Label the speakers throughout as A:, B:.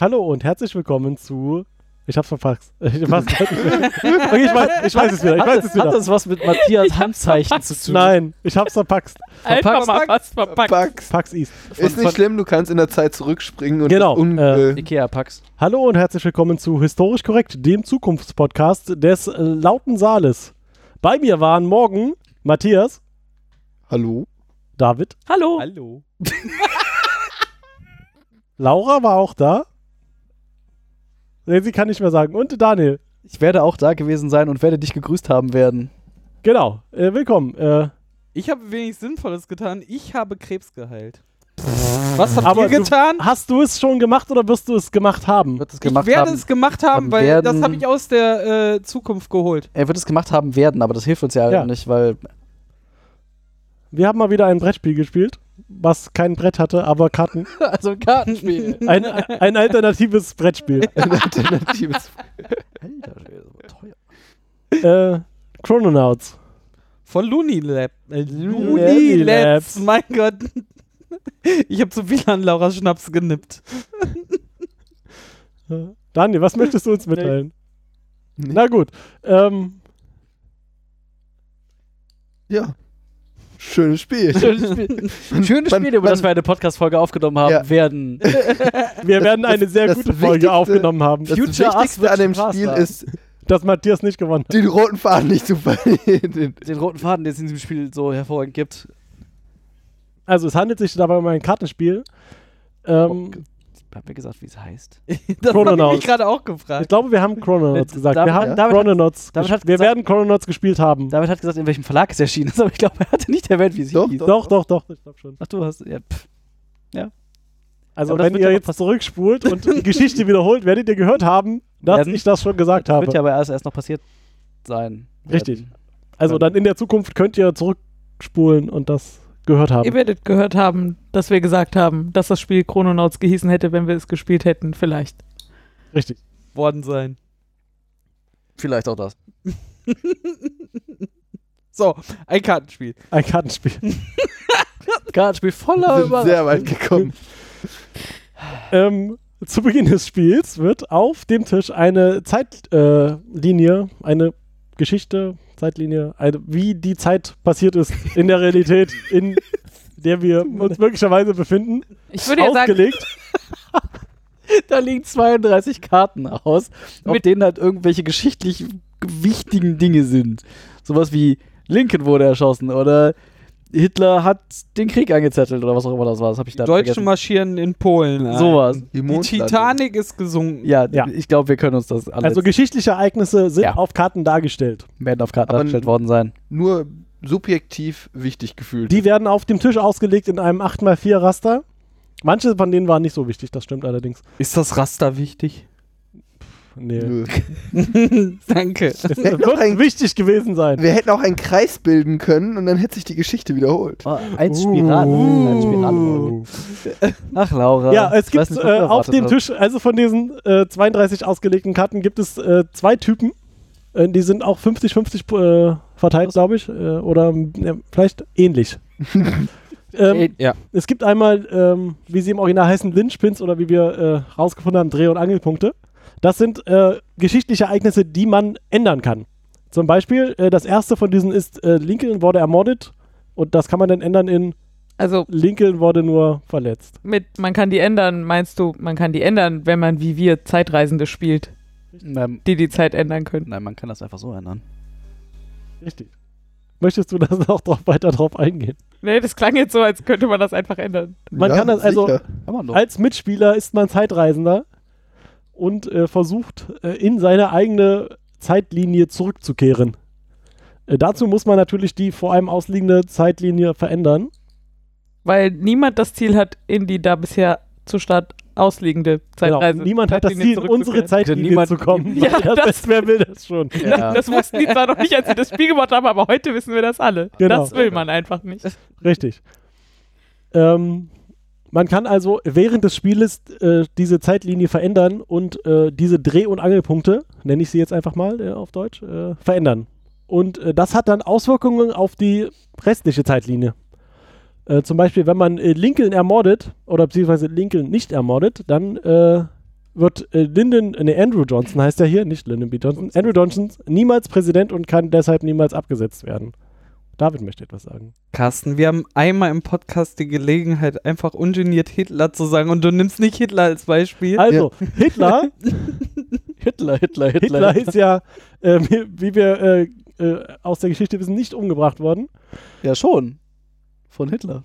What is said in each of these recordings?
A: Hallo und herzlich willkommen zu. Ich hab's verpasst. Ich, weiß- okay, ich, weiß, ich weiß es wieder. Ich
B: Hat,
A: weiß es
B: hat
A: wieder.
B: das was mit Matthias Handzeichen zu
C: verpasst.
B: tun?
A: Nein, ich hab's verpackt.
C: Einfach
B: Verpackt.
C: mal was verpackt.
D: Pax.
A: Pax East. Von-
D: Ist nicht
A: von-
D: schlimm, du kannst in der Zeit zurückspringen und
A: Genau,
D: un
A: äh,
D: äh,
B: Ikea Pax.
A: Hallo und herzlich willkommen zu Historisch Korrekt, dem Zukunftspodcast des äh, Lauten Saales. Bei mir waren morgen Matthias,
D: Hallo?
A: David,
C: Hallo.
B: Hallo.
A: Laura war auch da. Nee, sie kann nicht mehr sagen. Und Daniel.
B: Ich werde auch da gewesen sein und werde dich gegrüßt haben werden.
A: Genau. Äh, willkommen. Äh,
C: Ich habe wenig Sinnvolles getan. Ich habe Krebs geheilt. Was habt
A: Aber
C: ihr
A: du-
C: getan?
A: hast du es schon gemacht oder wirst du es gemacht haben?
B: Wird es
C: Ich
B: gemacht
C: werde
B: haben.
C: es gemacht haben,
B: haben
C: weil das
B: werden-
C: habe ich aus der äh, Zukunft geholt.
B: er wird es gemacht haben werden, aber das hilft uns ja,
A: Ja.
B: nicht, weil
A: Wir haben mal wieder ein Brettspiel gespielt, was kein Brett hatte, aber Karten.
B: also ein Kartenspiel.
A: Ein, ein alternatives Brettspiel.
D: Ein alternatives.
B: Alter, Schwede, das war teuer.
A: äh, Chrononauts.
C: Von Lunilab. Äh,
A: Lunilabs.
C: Lunilabs. Mein Gott. Ich habe zu viel an Laura Schnaps genippt.
A: Äh, Daniel, was möchtest du uns mitteilen?
D: Nee.
A: Na gut. Ähm,
D: Ja. Schönes Spiel.
B: Schönes Spiel, Schönes
D: Man-
B: Spiel über
D: man-
B: das wir eine Podcast-Folge aufgenommen haben
D: Ja.
B: werden.
A: wir werden eine sehr
D: das
A: gute
D: Wichtigste-
A: Folge aufgenommen haben,
D: Das
B: Future Us
D: Wichtigste
B: wird
D: an dem
B: Spaß
D: Spiel
B: haben.
D: ist,
A: dass Matthias nicht gewonnen hat.
D: den roten Faden nicht zu verlieren.
B: Den roten Faden, den es in diesem Spiel so hervorragend gibt.
A: Also es handelt sich dabei um ein Kartenspiel.
B: Oh
A: Ähm,
B: Haben wir gesagt, wie es heißt?
C: Das habe ich
A: Chrononauts.
C: mich gerade auch
A: ich
C: gefragt.
A: glaube, wir haben Chrononauts
B: Äh,
A: gesagt.
B: David-
A: wir haben
B: ja? David hat-
A: Chrononauts
B: David hat
A: gespielt. Wir
B: gesagt-
A: werden Chrononauts gespielt haben.
B: David hat gesagt, in welchem Verlag es erschienen ist, aber ich glaube, er hatte nicht erwähnt, wie es
D: Doch,
B: hieß.
D: doch.
A: Doch, doch, doch, ich glaube schon.
B: Ach, du hast. Ja, pff.
A: Also
B: Aber das
A: wenn
B: wird
A: ihr
B: ja noch
A: jetzt zurückspult und die Geschichte wiederholt, werdet ihr gehört haben, dass
B: Werden.
A: ich das schon gesagt habe.
B: Wird ja aber erst, erst noch passiert sein.
A: Richtig.
B: Werden.
A: Also dann in der Zukunft könnt ihr zurückspulen und das gehört
E: Ihr
A: haben.
E: werdet gehört haben, dass wir gesagt haben, dass das Spiel Chrononauts gehießen hätte, wenn wir es gespielt hätten, vielleicht.
A: Richtig.
C: Worden sein.
B: Vielleicht auch das.
C: So, ein Kartenspiel.
A: Ein Kartenspiel.
B: Kartenspiel voller
D: Wir sind
B: Überraschungen.
D: sehr weit gekommen.
A: ähm, zu Beginn des Spiels wird auf dem Tisch eine Zeitlinie, äh, Linie, eine Geschichte, Zeitlinie, eine, wie die Zeit passiert ist in der Realität, in der wir uns möglicherweise befinden,
E: Ich würde ja sagen,
A: aufgelegt.
B: Da liegen 32 Karten aus, auf
E: Mit-
B: denen halt irgendwelche geschichtlich wichtigen Dinge sind. Sowas wie Lincoln wurde erschossen oder Hitler hat den Krieg angezettelt oder was auch immer das war. Das habe ich
C: Die
B: da
C: Deutschen
B: vergessen.
C: marschieren in Polen. ein.
B: Sowas.
D: Die,
C: Die
D: Mondlandung.
C: Titanic ist gesunken.
B: Ja,
A: Ja.
B: ich glaube, wir können uns das alle
A: Also geschichtliche Ereignisse sind
B: Ja.
A: auf Karten dargestellt.
B: werden auf Karten
D: Aber-
B: dargestellt worden sein.
D: Nur subjektiv wichtig gefühlt.
A: Die werden auf dem Tisch ausgelegt in einem 8x4 Raster. Manche von denen waren nicht so wichtig, das stimmt allerdings.
C: Ist das Raster wichtig?
A: Nee.
D: Nö.
C: Danke.
A: Es
D: Hätte noch
A: wird
D: ein-
A: wichtig gewesen sein.
D: Wir hätten auch einen Kreis bilden können und dann hätte sich die Geschichte wiederholt.
B: Oh, eins Spirale. Eins Spirale. Ach, Laura.
A: Ja, es
B: ich weiß
A: gibt
B: nicht, was du
A: äh, auf
B: erwartet
A: dem
B: hast.
A: Tisch, also von diesen äh, 32 ausgelegten Karten gibt es äh, zwei Typen. Äh, die sind auch 50-50 äh, verteilt, glaube ich. Äh, oder m, ja, vielleicht ähnlich. ähm,
B: Ey,
C: Ja.
A: es gibt einmal, ähm, wie sie im Original heißen, Lynchpins oder wie wir äh, rausgefunden haben, Dreh- und Angelpunkte. Das sind äh, geschichtliche Ereignisse, die man ändern kann. Zum Beispiel, äh, das erste von diesen ist, äh, Lincoln wurde ermordet und das kann man dann ändern in
E: also
A: Lincoln wurde nur verletzt.
E: mit man kann die ändern, meinst du, man kann die ändern, wenn man wie wir Zeitreisende spielt,
B: nein,
E: die die Zeit ändern können.
B: nein, man kann das einfach so ändern.
A: Richtig. Möchtest du da noch drauf, weiter drauf eingehen?
E: Nee, das klang jetzt so, als könnte man das einfach ändern.
A: Man kann das also-
D: sicher.
B: Kann man doch.
A: Als Mitspieler ist man Zeitreisender und äh, versucht, äh, in seine eigene Zeitlinie zurückzukehren. Äh, dazu muss man natürlich die vor einem ausliegende Zeitlinie verändern.
E: Weil niemand das Ziel hat, in die da bisher zur Stadt ausliegende Zeitreise.
A: Genau. Niemand hat das
E: Zeitlinie
A: Ziel, in unsere
E: zurückzukehren.
A: Zeitlinie
B: Niemand-
A: zu kommen.
E: Ja,
A: Weil
E: das-
A: das, wer will das schon?
B: ja.
E: Das wussten die zwar noch nicht, als sie das Spiel gemacht haben, aber heute wissen wir das alle.
A: Genau.
E: Das will man einfach nicht.
A: Richtig. Ähm, man kann also während des Spieles äh, diese Zeitlinie verändern und äh, diese Dreh- und Angelpunkte, nenne ich sie jetzt einfach mal äh, auf Deutsch, äh, verändern. Und äh, das hat dann Auswirkungen auf die restliche Zeitlinie. Äh, zum Beispiel, wenn man äh, Lincoln ermordet oder beziehungsweise Lincoln nicht ermordet, dann äh, wird äh, Lyndon, äh, nee, Andrew Johnson heißt er hier, nicht Lyndon B. Johnson, Andrew Johnson niemals Präsident und kann deshalb niemals abgesetzt werden. David möchte etwas sagen.
C: Carsten, wir haben einmal im Podcast die Gelegenheit, einfach ungeniert Hitler zu sagen und du nimmst nicht Hitler als Beispiel.
A: Also, Hitler
B: Hitler, Hitler,
A: Hitler ist ja, äh, wie, wie wir äh, äh, aus der Geschichte wissen, nicht umgebracht worden.
B: Ja, schon. Von Hitler.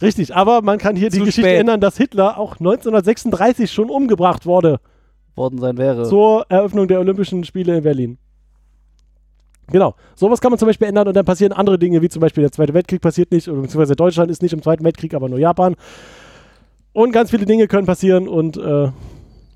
A: Richtig, aber man kann hier die
C: Zu
A: Geschichte
C: spät.
A: ändern, dass Hitler auch 1936 schon umgebracht wurde
B: Worden sein wäre.
A: zur Eröffnung der Olympischen Spiele in Berlin. Genau, sowas kann man zum Beispiel ändern und dann passieren andere Dinge, wie zum Beispiel der Zweite Weltkrieg passiert nicht, oder beziehungsweise Deutschland ist nicht im Zweiten Weltkrieg, aber nur Japan. Und ganz viele Dinge können passieren und äh,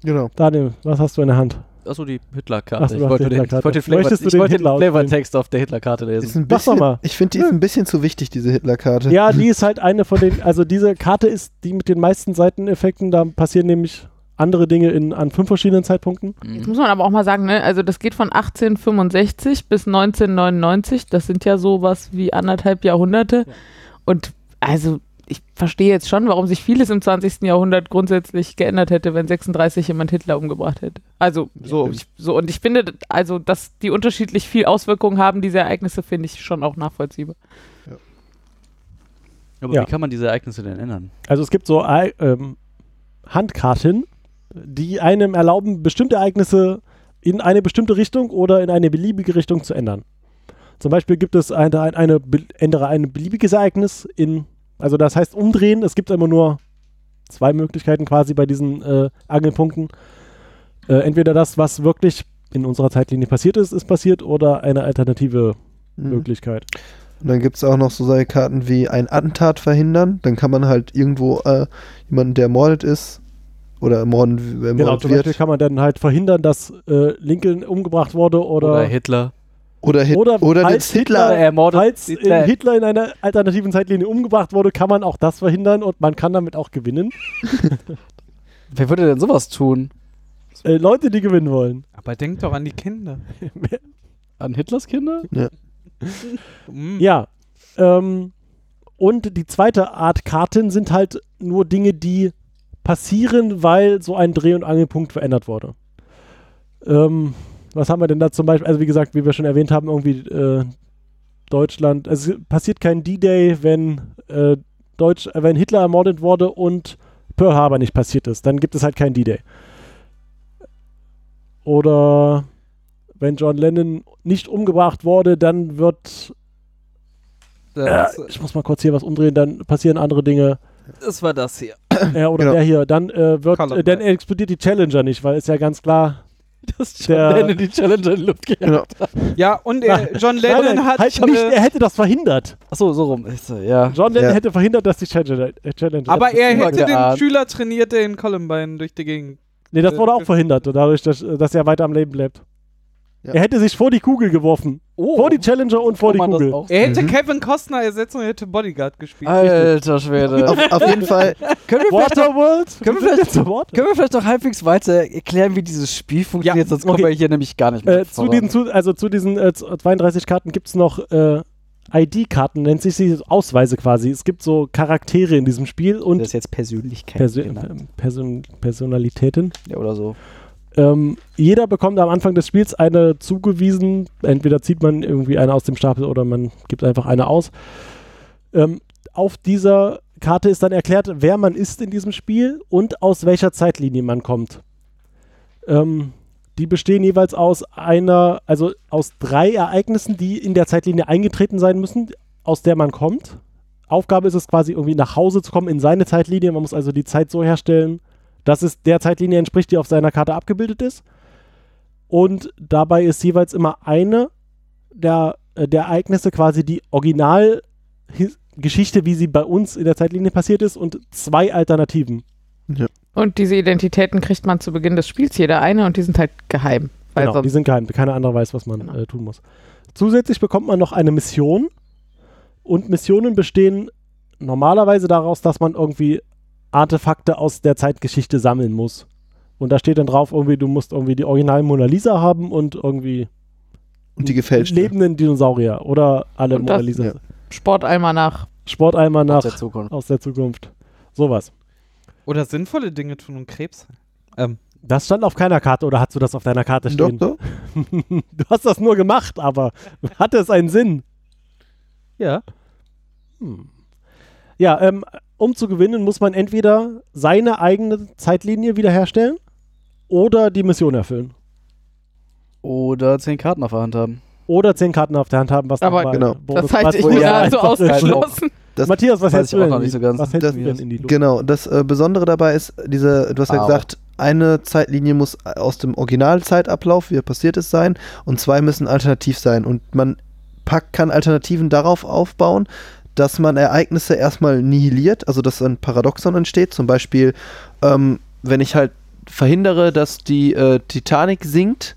D: Genau.
A: Daniel, was hast du in der Hand?
B: Achso, die
A: Ach
B: Hitlerkarte.
A: so,
B: Ich
A: du hast
B: wollte
A: die
B: den, ich
A: Hitlerkarte.
B: wollte den, Flavor,
A: Möchtest du
B: ich
A: den
B: wollte den
A: Hitler aufnehmen?
B: Flavortext auf der Hitlerkarte lesen.
D: Ist ein
A: Mach's doch
D: bisschen,
A: mal.
D: Ich finde, die ist ein bisschen zu wichtig, diese Hitler-Karte.
A: Ja, die ist halt eine von den, also diese Karte ist die mit den meisten Seiteneffekten, da passieren nämlich andere Dinge in, an fünf verschiedenen Zeitpunkten.
E: Jetzt muss man aber auch mal sagen, ne, also das geht von 1865 bis 1999, das sind ja sowas wie anderthalb Jahrhunderte. Und also ich verstehe jetzt schon, warum sich vieles im 20. Jahrhundert grundsätzlich geändert hätte, wenn 36 jemand Hitler umgebracht hätte. Also so, ich, so und ich finde, also dass die unterschiedlich viel Auswirkungen haben, diese Ereignisse, finde ich schon auch nachvollziehbar.
B: Aber
A: Ja.
B: wie kann man diese Ereignisse denn ändern?
A: Also es gibt so Ei- ähm, Handkarten, die einem erlauben, bestimmte Ereignisse in eine bestimmte Richtung oder in eine beliebige Richtung zu ändern. Zum Beispiel gibt es eine, eine, eine be- ändere ein beliebiges Ereignis in, also das heißt umdrehen, es gibt immer nur zwei Möglichkeiten quasi bei diesen äh, Angelpunkten. Äh, entweder das, was wirklich in unserer Zeitlinie passiert ist, ist passiert oder eine alternative
D: Mhm.
A: Möglichkeit.
D: Und dann gibt es auch noch so solche Karten wie ein Attentat verhindern. Dann kann man halt irgendwo äh, jemanden, der ermordet ist oder ermorden, ermordet
A: Genau, zum
D: wird.
A: Beispiel kann man dann halt verhindern, dass äh, Lincoln umgebracht wurde oder,
B: Hitler.
D: oder Hit
A: oder
D: oder,
A: falls
D: jetzt Hitler.
B: Oder ermordet
A: falls Hitler.
B: Hitler.
A: Hitler in einer alternativen Zeitlinie umgebracht wurde, kann man auch das verhindern und man kann damit auch gewinnen.
B: Wer würde denn sowas tun?
A: Äh, Leute, die gewinnen wollen.
C: Aber denk doch an die Kinder.
B: An Hitlers Kinder?
C: Mhm.
A: Ja. Ähm, und die zweite Art Karten sind halt nur Dinge, die passieren, weil so ein Dreh- und Angelpunkt verändert wurde. Ähm, was haben wir denn da zum Beispiel? Also wie gesagt, wie wir schon erwähnt haben, irgendwie äh, Deutschland, also es passiert kein D-Day, wenn, äh, Deutsch, äh, wenn Hitler ermordet wurde und Pearl Harbor nicht passiert ist. Dann gibt es halt kein D-Day. Oder wenn John Lennon nicht umgebracht wurde, dann wird
C: Das,
A: äh, ich muss mal kurz hier was umdrehen, dann passieren andere Dinge.
C: das war das hier.
A: Äh, oder
D: Genau.
A: der hier, dann äh, wird,
C: Colour
A: äh, dann
C: Black.
A: explodiert die Challenger nicht, weil ist ja ganz klar.
B: Dass John
A: Der-
B: Lennon die Challenger in die Luft gejagt
D: Genau.
C: Ja, und äh, John Lennon
A: Nein,
C: hat äh,
A: halt nicht,
C: eine,
A: er hätte das verhindert.
B: Achso, so rum. Ist er, Ja.
A: John Lennon
D: Ja.
A: hätte verhindert, dass die Challenger. Äh, Challenger
C: aber er
B: immer
C: hätte den
B: geahnt.
C: Schüler trainiert, der in Columbine durch die Gegend.
A: nee, das wurde auch verhindert, dadurch, dass, äh, dass er weiter am Leben bleibt.
D: Ja.
A: Er hätte sich vor die Kugel geworfen.
B: Oh,
A: Vor die Challenger und vor die
B: kann man das
A: Kugel.
B: auch
C: Er hätte
D: Mhm.
C: Kevin Costner ersetzt und hätte Bodyguard gespielt.
B: Alter Schwede.
D: Auf, auf jeden Fall,
B: können, wir vielleicht doch,
A: Waterworld?
B: Können wir
A: Sind
B: vielleicht-
A: zu Wort?
B: können wir vielleicht noch halbwegs weiter erklären, wie dieses Spiel funktioniert? sonst kommen
A: okay.
B: wir hier nämlich gar nicht mehr
A: Äh, zu
B: voran.
A: diesen, zu, also zu diesen äh, z- 32 Karten gibt es noch äh, ID-Karten, nennt sich sie Ausweise quasi. Es gibt so Charaktere in diesem Spiel und
B: Das ist jetzt Persönlichkeit
A: Perso
B: genannt.
A: Person Personalitäten.
B: Ja, oder so.
A: Ähm, jeder bekommt am Anfang des Spiels eine zugewiesen. Entweder zieht man irgendwie eine aus dem Stapel oder man gibt einfach eine aus. Ähm, auf dieser Karte ist dann erklärt, wer man ist in diesem Spiel und aus welcher Zeitlinie man kommt. Ähm, die bestehen jeweils aus einer, also aus drei Ereignissen, die in der Zeitlinie eingetreten sein müssen, aus der man kommt. Aufgabe ist es quasi irgendwie nach Hause zu kommen in seine Zeitlinie. Man muss also die Zeit so herstellen, dass es der Zeitlinie entspricht, die auf seiner Karte abgebildet ist. Und dabei ist jeweils immer eine der, äh, der Ereignisse quasi die Originalgeschichte, wie sie bei uns in der Zeitlinie passiert ist, und zwei Alternativen.
E: Und diese Identitäten kriegt man zu Beginn des Spiels jeder eine und die sind halt geheim. Weil
A: Genau, die
E: sonst,
A: sind geheim. Keiner anderer weiß, was man
E: Genau.
A: äh, tun muss. Zusätzlich bekommt man noch eine Mission. Und Missionen bestehen normalerweise daraus, dass man irgendwie Artefakte aus der Zeitgeschichte sammeln muss. Und da steht dann drauf, irgendwie, du musst irgendwie die original Mona Lisa haben und irgendwie
D: und die gefälschte.
A: lebenden Dinosaurier oder alle
E: Und das-
A: Mona Lisa.
D: ja.
E: Sporteimer nach.
A: Sporteimer
B: Aus
A: nach
B: der Zukunft.
A: aus der Zukunft. Sowas.
C: Oder sinnvolle Dinge tun und Krebs heilen. Ähm,
A: Das stand auf keiner Karte oder hast du das auf deiner Karte stehen?
D: Doktor?
A: Du hast das nur gemacht, aber hatte es einen Sinn?
C: ja.
A: Hm. Ja, ähm, um zu gewinnen, muss man entweder seine eigene Zeitlinie wiederherstellen oder die Mission erfüllen.
B: Oder 10 Karten auf der Hand haben.
A: oder zehn Karten auf der Hand haben, was
E: Aber
A: nochmal
D: genau.
A: Bonus-
E: Das halte
A: was
E: ich
A: wohl
E: mir
A: ja
E: gerade so
A: einfach ist.
E: ausgeschlossen.
D: Das-
A: Matthias, was
B: weiß
A: hältst
B: ich
A: du
B: auch
A: denn,
B: noch nicht so ganz.
A: was hältst
D: Das-
A: du denn in die Luft?
D: Genau, das äh, Besondere dabei ist, diese, du hast ja
B: Au.
D: gesagt, eine Zeitlinie muss aus dem Originalzeitablauf, wie er passiert ist, sein und zwei müssen alternativ sein. Und man packt, kann Alternativen darauf aufbauen, dass man Ereignisse erstmal nihiliert, also dass ein Paradoxon entsteht. Zum Beispiel, ähm, wenn ich halt verhindere, dass die äh, Titanic sinkt,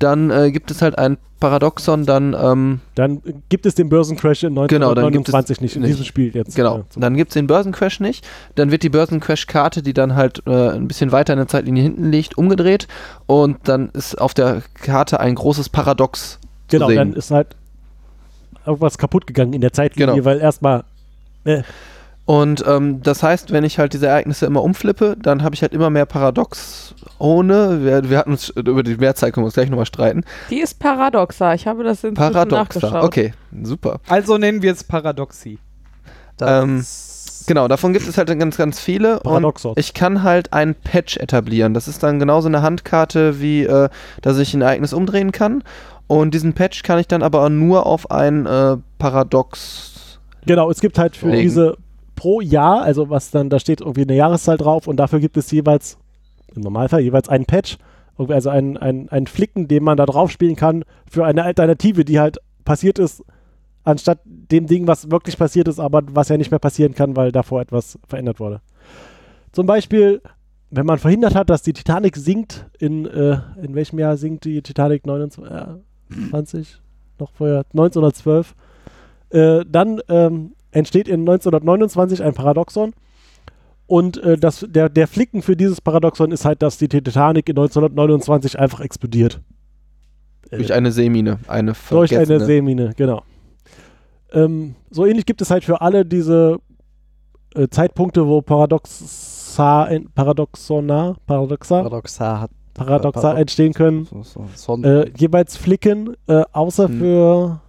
D: dann äh, gibt es halt ein Paradoxon, dann ähm,
A: Dann äh, gibt es den Börsencrash in
D: Genau, dann gibt es
A: 1929 nicht, in
D: nicht.
A: diesem Spiel jetzt.
D: Genau,
A: äh, zum-
D: dann gibt es den Börsencrash nicht. Dann wird die Börsencrash-Karte, die dann halt äh, ein bisschen weiter in der Zeitlinie hinten liegt, umgedreht und dann ist auf der Karte ein großes Paradox.
A: genau
D: sehen.
A: dann ist halt irgendwas kaputt gegangen in der Zeitlinie,
D: Genau.
A: weil erstmal
D: Und ähm, das heißt, wenn ich halt diese Ereignisse immer umflippe, dann habe ich halt immer mehr Paradox ohne. Wir, wir hatten uns äh, über die Mehrzahl können wir uns gleich nochmal streiten.
E: Die ist paradoxer. Ich habe das inzwischen
D: Paradox.
E: nachgeschaut.
D: Okay, super.
C: Also nennen wir es Paradoxie.
D: Ähm, genau, davon gibt es halt ganz, ganz viele. und-
A: Paradoxon.
D: Ich kann halt einen Patch etablieren. Das ist dann genauso eine Handkarte, wie äh, dass ich ein Ereignis umdrehen kann. Und diesen Patch kann ich dann aber nur auf ein äh, Paradox.
A: Genau, es gibt halt für
D: Legen.
A: diese pro Jahr, also was dann, da steht irgendwie eine Jahreszahl drauf und dafür gibt es jeweils, im Normalfall jeweils einen Patch, irgendwie also einen, einen, einen Flicken, den man da drauf spielen kann für eine Alternative, die halt passiert ist, anstatt dem Ding, was wirklich passiert ist, aber was ja nicht mehr passieren kann, weil davor etwas verändert wurde. Zum Beispiel, wenn man verhindert hat, dass die Titanic sinkt, in, äh, in welchem Jahr sinkt die Titanic 29, äh, 20, noch vorher, 1912, äh, dann ähm, entsteht in 1929 ein Paradoxon. Und äh, das, der, der Flicken für dieses Paradoxon ist halt, dass die Titanic in 1929 einfach explodiert.
D: Durch eine Seemine. Eine
A: Äh, Durch eine
D: vergessene.
A: Seemine, genau. Ähm, so ähnlich gibt es halt für alle diese äh, Zeitpunkte, wo Paradoxa, in- Paradoxona, Paradoxa,
B: Paradoxa hat.
A: Paradoxa
B: Paradox-
A: entstehen können.
B: So, so, so
A: Äh, jeweils Flicken, äh, außer
B: Hm.
A: für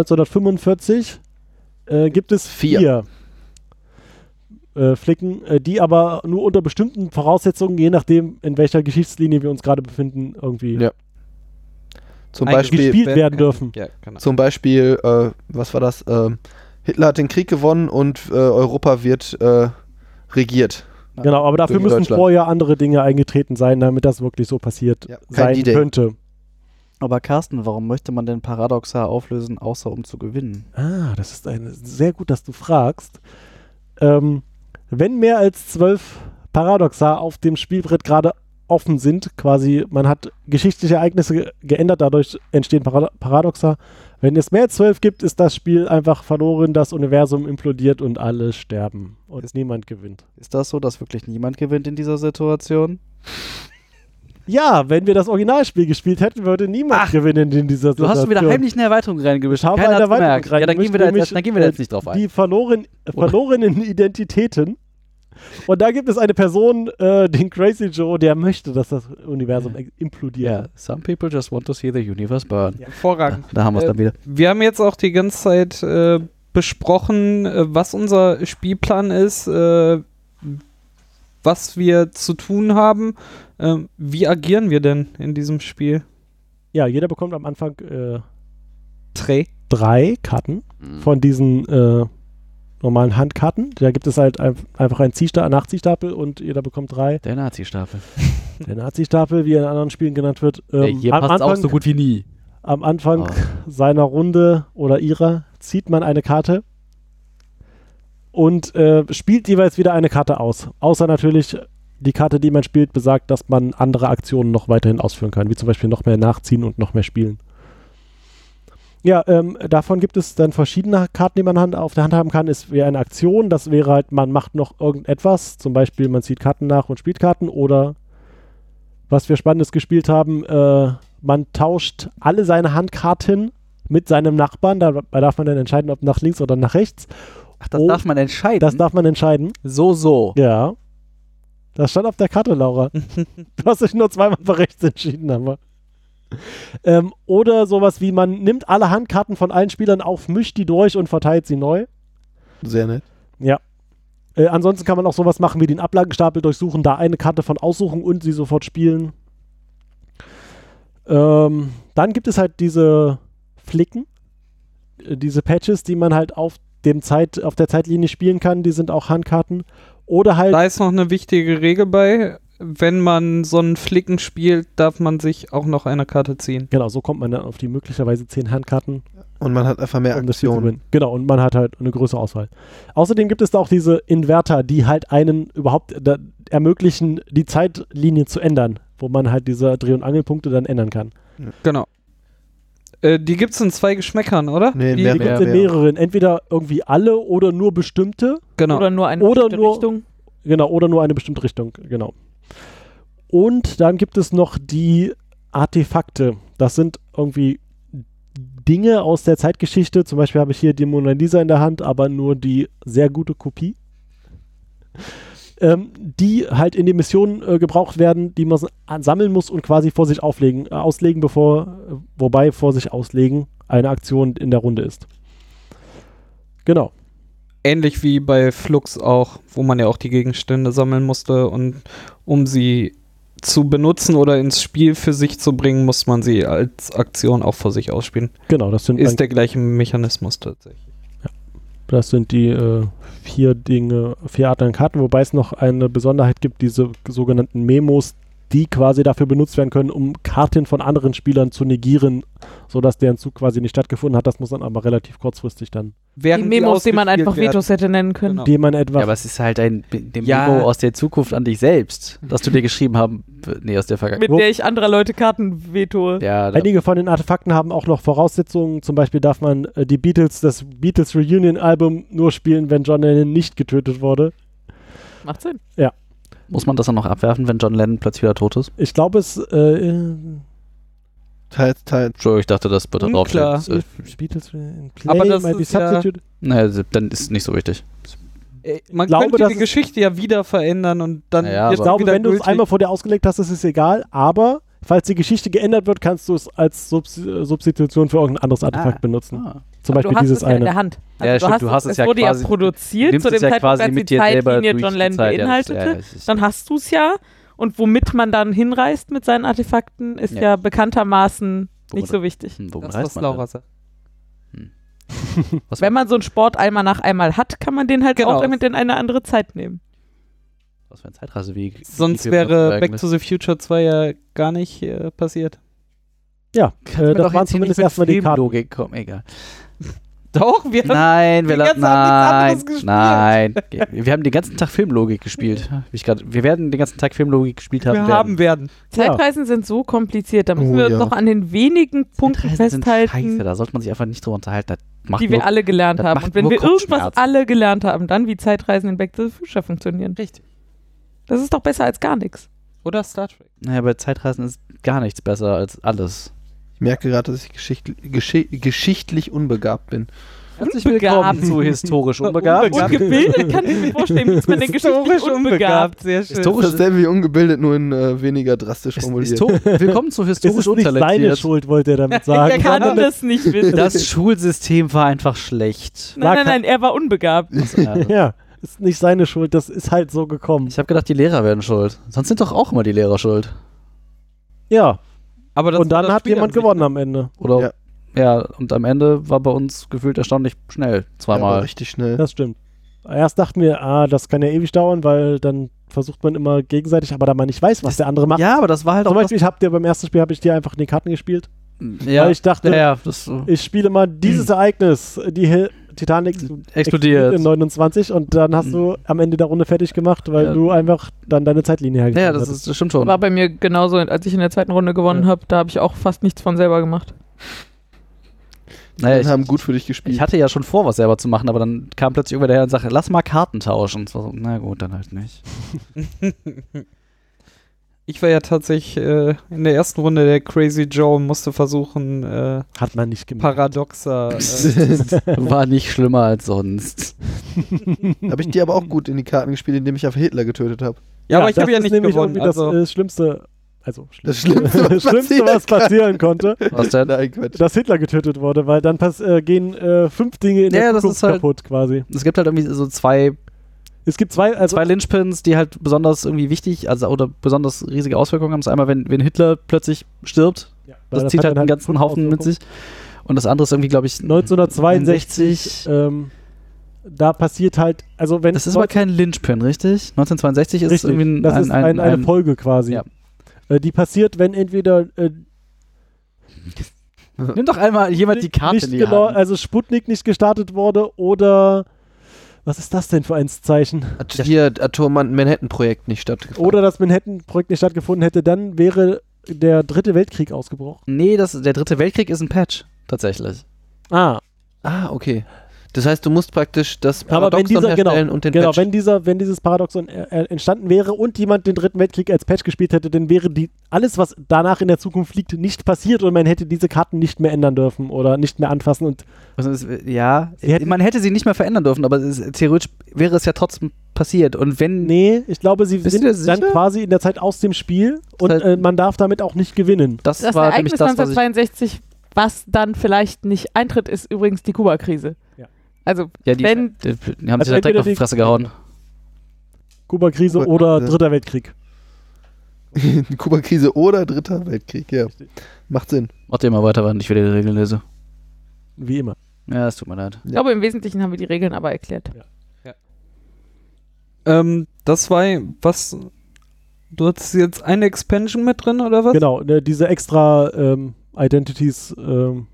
A: 1945 äh, gibt es vier,
D: Vier.
A: Äh, Flicken, äh, die aber nur unter bestimmten Voraussetzungen, je nachdem, in welcher Geschichtslinie wir uns gerade befinden, irgendwie
D: Ja. Zum
C: Ein
D: Beispiel,
A: gespielt werden,
C: kann.
A: dürfen.
C: Ja, genau.
D: zum Beispiel äh, was war das? Ähm, Hitler hat den Krieg gewonnen und äh, Europa wird äh, regiert.
A: Genau, aber dafür
D: Durch
A: müssen
D: Deutschland.
A: vorher andere Dinge eingetreten sein, damit das wirklich so passiert
D: Ja, kein
A: sein
D: D-Day.
A: könnte.
B: Aber Carsten, warum möchte man denn Paradoxa auflösen, außer um zu gewinnen?
A: Ah, das ist eine, sehr gut, dass du fragst. Ähm, wenn mehr als zwölf Paradoxa auf dem Spielbrett gerade offen sind, quasi, man hat geschichtliche Ereignisse ge geändert, dadurch entstehen Parado Paradoxa. Wenn es mehr als zwölf gibt, ist das Spiel einfach verloren, das Universum implodiert und alle sterben und
B: Ist-
A: niemand gewinnt.
B: Ist das so, dass wirklich niemand gewinnt in dieser Situation?
A: Ja, wenn wir das Originalspiel gespielt hätten, würde niemand gewinnen in dieser
B: Du hast schon wieder
A: Situation.
B: heimlich eine Erweiterung reingemischt.
A: Ich habe
B: Keiner
A: eine
B: hat's
A: Erweiterung
B: gemerkt. Ja, dann
A: reingemischt,
B: gehen, wir da
A: nämlich,
B: jetzt, dann gehen wir da
A: äh,
B: jetzt nicht drauf ein.
A: die verloren, äh,
B: Oder-
A: verlorenen Identitäten. Und da gibt es eine Person, äh, den Crazy Joe, der möchte, dass das Universum ex- implodiert.
B: Yeah, some people just want to see the universe burn.
C: Hervorragend.
B: Da haben wir es
C: Äh,
B: dann wieder.
C: Wir haben jetzt auch die ganze Zeit äh, besprochen, äh, was unser Spielplan ist, äh, was wir zu tun haben. Ähm, wie agieren wir denn in diesem Spiel?
A: Ja, jeder bekommt am Anfang äh,
C: Tre.
A: drei Karten von diesen äh, normalen Handkarten. Da gibt es halt ein, einfach einen Ziehsta- Nachziehstapel und jeder bekommt drei.
B: Der Nazi-Stapel.
A: Der Nazi-Stapel, wie er in anderen Spielen genannt wird. ähm,
B: Hm. hier
A: am
B: passt
A: Anfang,
B: auch so gut wie nie.
A: Am Anfang
B: Ah.
A: seiner Runde oder ihrer zieht man eine Karte und äh, spielt jeweils wieder eine Karte aus. Außer natürlich die Karte, die man spielt, besagt, dass man andere Aktionen noch weiterhin ausführen kann, wie zum Beispiel noch mehr nachziehen und noch mehr spielen. Ja, ähm, davon gibt es dann verschiedene Karten, die man hand, auf der Hand haben kann. Ist wie eine Aktion, das wäre halt, man macht noch irgendetwas, zum Beispiel man zieht Karten nach und spielt Karten oder was wir Spannendes gespielt haben, äh, man tauscht alle seine Handkarten mit seinem Nachbarn, dabei darf man dann entscheiden, ob nach links oder nach rechts.
B: Ach, das
A: Oh,
B: darf man entscheiden.
A: Das darf man entscheiden.
B: so, so.
A: Ja. Das stand auf der Karte, Laura. du hast dich nur zweimal für rechts entschieden, aber. Ähm, oder sowas wie, man nimmt alle Handkarten von allen Spielern auf, mischt die durch und verteilt sie neu.
D: Sehr nett.
A: Äh, ansonsten kann man auch sowas machen wie den Ablagenstapel durchsuchen, da eine Karte von aussuchen und sie sofort spielen. Ähm, dann gibt es halt diese Flicken, äh, diese Patches, die man halt auf, dem Zeit, auf der Zeitlinie spielen kann. Die sind auch Handkarten. Oder halt,
C: Da ist noch eine wichtige Regel bei. Wenn man so einen Flicken spielt, darf man sich auch noch eine Karte ziehen.
A: genau, so kommt man dann auf die möglicherweise 10 Handkarten.
D: Und man hat einfach mehr
A: um das Spiel zu
D: Aktionen.
A: gewinnen. Genau, und man hat halt eine größere Auswahl. Außerdem gibt es da auch diese Inverter, die halt einen überhaupt da ermöglichen, die Zeitlinie zu ändern, wo man halt diese Dreh- und Angelpunkte dann ändern kann.
C: Genau. Äh, die gibt es in zwei Geschmäckern, oder?
D: Nee,
C: die,
D: mehr-
A: Die gibt es in
D: wäre-
A: mehreren, entweder irgendwie alle oder nur bestimmte,
C: Genau.
E: Oder nur eine
A: Oder
E: bestimmte
A: nur-
E: Richtung.
A: genau, oder nur eine bestimmte Richtung, genau. Und dann gibt es noch die Artefakte. Das sind irgendwie Dinge aus der Zeitgeschichte. Zum Beispiel habe ich hier die Mona Lisa in der Hand, aber nur die sehr gute Kopie. ähm, die halt in den Missionen äh, gebraucht werden, die man s- an- sammeln muss und quasi vor sich auflegen, äh, auslegen, bevor, äh, wobei vor sich auslegen eine Aktion in der Runde ist. Genau.
C: Ähnlich wie bei Flux auch, wo man ja auch die Gegenstände sammeln musste und um sie zu benutzen oder ins Spiel für sich zu bringen, muss man sie als Aktion auch vor sich ausspielen.
A: Genau, das sind,
C: Ist der gleiche Mechanismus tatsächlich.
A: das sind die äh, vier Dinge, vier Arten an Karten, wobei es noch eine Besonderheit gibt, diese sogenannten Memos, die quasi dafür benutzt werden können, um Karten von anderen Spielern zu negieren, sodass deren Zug quasi nicht stattgefunden hat. Das muss dann aber relativ kurzfristig dann,
E: Die Memos, die man einfach
C: ausgespielt werden.
E: Vetos hätte nennen können.
C: Genau.
A: die man etwa
B: Ja, aber es ist halt ein dem
C: Ja.
B: Memo aus der Zukunft an dich selbst, das du dir geschrieben haben, nee, aus der Vergangenheit.
E: Mit der ich anderer Leute Karten veto.
B: Ja, da,
A: Einige von den Artefakten haben auch noch Voraussetzungen. Zum Beispiel darf man äh, die Beatles, das Beatles Reunion Album nur spielen, wenn John Lennon nicht getötet wurde.
E: Macht Sinn.
B: muss man das dann noch abwerfen, wenn John Lennon plötzlich wieder tot ist?
A: Ich glaube, es äh,
D: Teils, teils.
B: Entschuldigung, ich dachte, das bitte drauf.
C: Unklar.
A: äh, Beatles in Play
C: Aber das
A: might be
C: ist ja-
A: substituted.
B: Naja, dann ist nicht so wichtig.
C: Ey, äh, Man
A: glaube,
C: könnte
A: das
C: die
A: ist-
C: Geschichte ja wieder verändern und dann
B: Naja,
A: ich
B: aber-
A: glaube,
C: wieder
A: wenn du es
C: gültig.
A: einmal vor dir ausgelegt hast, ist es egal. Aber falls die Geschichte geändert wird, kannst du es als Subs äh, Substitution für irgendein anderes Artefakt
B: Ah.
A: benutzen.
B: Ah.
A: Zum
E: Aber
A: Beispiel
E: du hast
A: dieses
E: es ja in
A: eine.
E: der Hand. Also
B: Ja, stimmt, du hast es ja
E: wurde
B: quasi-
E: ja
B: Du
E: produziert
B: nimmst
E: zu dem
B: es ja
E: Zeitpunkt,
B: quasi
E: als die
B: mit dir selber
E: Zeitlinie
B: durch
E: John
B: die
E: Lennon
B: Zeit. Ja, das-
E: beinhaltete.
B: ja, das ist-
E: Dann hast du es ja. Und womit man dann hinreist mit seinen Artefakten, ist
B: Ja.
E: ja, bekanntermaßen
B: Womit-
E: nicht so wichtig.
B: Hm, worum
C: Das,
B: reist
C: was
B: man
C: Laura sagt.
B: Was
E: Wenn man so einen Sport einmal nach einmal hat, kann man den halt
C: Genau.
E: auch damit in eine andere Zeit nehmen.
B: denn? Was für ein Zeitreiseweg.
C: Sonst
B: Wie viel man
C: wäre
B: verbergen
C: Back
B: müsste.
C: to the Future 2 ja gar nicht äh, passiert.
A: Ja, äh, das waren zumindest erstmal die Karten.
B: Logik, komm, egal.
C: Doch, wir haben
B: Nein, wir
C: die
B: lassen.
C: ganze Zeit
B: Nein,
C: nichts anderes
B: nein. Wir haben den ganzen Tag Filmlogik gespielt. Hab Ich grad, wir werden den ganzen Tag Filmlogik gespielt haben.
C: wir
B: werden.
C: haben werden.
E: Zeitreisen sind so kompliziert, da müssen
D: Oh,
E: wir uns
D: ja.
E: noch an den wenigen Punkten
B: Zeitreisen sind Scheiße,
E: festhalten,
B: da sollte man sich einfach nicht drüber unterhalten. Das macht
E: die
B: nur
E: wir alle gelernt
B: das
E: haben.
B: macht
E: Und wenn
B: nur
E: wir irgendwas
B: Kopfschmerzen.
E: alle gelernt haben, dann wie Zeitreisen in Back to the Future funktionieren.
C: Richtig.
E: Das ist doch besser als gar nichts.
C: Oder Star Trek.
B: Naja, bei Zeitreisen ist gar nichts besser als alles.
D: Ich merke gerade, dass ich geschicht, geschi geschichtlich unbegabt bin.
B: Herzlich
E: willkommen
B: zu historisch
C: unbegabt.
E: Und gebildet kann ich mir vorstellen, ist man denn geschichtlich unbegabt.
C: sehr schön.
D: Das ist
B: Historisch,
D: dasselbe wie ungebildet, nur in äh, weniger drastisch formuliert.
B: histor willkommen zu
A: Es ist
B: historisch
A: nicht seine
B: untalentiert.
A: Schuld, wollte er damit sagen.
E: Er kann
A: sondern-
E: das nicht wissen.
B: Das Schulsystem war einfach schlecht.
E: Nein, nein, nein, er war unbegabt.
B: Achso, ja.
A: ja, ist nicht seine Schuld, das ist halt so gekommen.
B: Ich habe gedacht, die Lehrer werden schuld. Sonst sind doch auch immer die Lehrer schuld.
A: Ja,
C: Aber das
A: und
C: war
A: dann
C: das
A: hat
C: Spiel
A: jemand
C: an sich. ne?
A: gewonnen am Ende.
B: Oder ja. und am Ende war bei uns gefühlt erstaunlich schnell.
D: Ja, aber
B: Zweimal.
D: richtig schnell.
A: Das stimmt. Erst dachten wir, ah, das kann ja ewig dauern, weil dann versucht man immer gegenseitig, aber da man nicht weiß, was der andere macht.
B: aber das war halt
A: Zum Beispiel, ich hab dir beim ersten Spiel habe ich dir einfach in die Karten gespielt,
B: das, ja,
A: weil ich dachte,
B: ja, ja, das äh,
A: ich spiele mal dieses Ereignis, die Hi- Titanic
B: explodiert. Hm.
A: in 29 und dann hast du am Ende der Runde fertig gemacht, weil
B: Ja.
A: du einfach dann deine Zeitlinie hergestellt
B: Ja, das,
A: hast.
B: ist, das stimmt schon.
E: War bei mir genauso, als ich in der zweiten Runde gewonnen
A: Ja.
E: habe, da habe ich auch fast nichts von selber gemacht.
B: Naja,
D: Die haben
B: ich,
D: gut für dich gespielt.
B: ich hatte ja schon vor, was selber zu machen, aber dann kam plötzlich irgendwer daher und sagte, lass mal Karten tauschen. Und so, na gut, dann halt nicht.
C: Ich war ja tatsächlich äh, in der ersten Runde der Crazy Joe und musste versuchen, äh,
A: Hat man nicht gemacht.
C: paradoxer. Äh,
B: War nicht schlimmer als sonst.
D: habe ich die aber auch gut in die Karten gespielt, indem ich auf Hitler getötet habe.
C: Ja, aber ich
A: das
C: habe ja
A: ist
C: nicht
A: nämlich
C: gewonnen.
A: irgendwie Das
C: Also,
A: äh, Schlimmste, also
D: Das Schlimmste, was
A: Schlimmste, was passieren konnte,
B: Was denn?
D: Nein, Quatsch.
A: dass Hitler getötet wurde, weil dann pass, äh, gehen äh, fünf Dinge in
B: Ja,
A: der
B: das
A: Zukunft
B: ist halt-
A: kaputt quasi.
B: Es gibt halt irgendwie so zwei
A: Es gibt zwei, also
B: zwei Lynchpins, die halt besonders irgendwie wichtig, also oder besonders riesige Auswirkungen haben. Das ist einmal, wenn, wenn Hitler plötzlich stirbt,
A: ja, weil
B: das,
A: das
B: zieht
A: hat
B: halt
A: dann
B: einen ganzen Haufen mit sich. Und das andere ist irgendwie, glaube ich,
A: 1962,
B: 61.
A: ähm, da passiert halt, also wenn
B: das ist aber kein Lynchpin, richtig? 1962 ist
A: Richtig,
B: irgendwie ein,
A: das ist ein, eine Folge quasi.
B: Ja.
A: Äh, die passiert, wenn entweder äh,
B: Nimm doch einmal jemand die
A: Sputnik
B: Karte
A: nicht
B: in die
A: genau,
B: Hand.
A: also Sputnik nicht gestartet wurde oder was ist das denn für ein Zeichen?
D: Hat hier Atom-Manhattan-Projekt nicht stattgefunden.
A: Oder das Manhattan-Projekt nicht stattgefunden hätte, dann wäre der dritte Weltkrieg ausgebrochen.
B: Nee, das, der dritte Weltkrieg ist ein Patch, tatsächlich.
A: Ah,
D: Ah, okay. Das heißt, du musst praktisch das
A: aber wenn
D: Paradoxon
A: dieser,
D: herstellen
A: genau,
D: und den
A: genau
D: Patch.
A: wenn, dieser, wenn dieses Paradoxon äh, entstanden wäre und jemand den dritten Weltkrieg als Patch gespielt hätte, dann wäre die, alles, was danach in der Zukunft liegt, nicht passiert und man hätte diese Karten nicht mehr ändern dürfen oder nicht mehr anfassen und
B: Also es, ja,
A: Sie hätten-
B: man hätte sie nicht mehr verändern dürfen, aber es, theoretisch wäre es ja trotzdem passiert. Und wenn
A: Nee, ich glaube, sie
B: Bist
A: sind
B: du dir
A: dann
B: sicher?
A: quasi in der Zeit aus dem Spiel und
B: heißt-
A: äh, man darf damit auch nicht gewinnen.
B: das,
E: Das
B: war nämlich
E: Ereignis
B: das, was ich
E: 1962, was dann vielleicht nicht eintritt, ist übrigens die Kuba-Krise.
A: Ja.
E: Also,
B: Ja, die,
E: Wenn-
B: die, die haben
A: Also
B: sich da direkt
A: entweder
B: auf die
A: die-
B: Fresse gehauen.
A: Kuba-Krise
D: Gut,
A: oder
D: ja.
A: Dritter Weltkrieg.
D: Kuba-Krise oder Dritter Weltkrieg, ja. Macht Sinn.
B: Macht ihr mal weiter, während ich wieder die Regeln lese.
A: Wie immer.
B: Ja, es tut mir leid.
E: ich glaube, im Wesentlichen haben wir die Regeln aber erklärt.
C: ähm, das war, was, du hattest jetzt eine Expansion mit drin, oder was?
A: Genau, ne, diese extra ähm, Identities, ähm,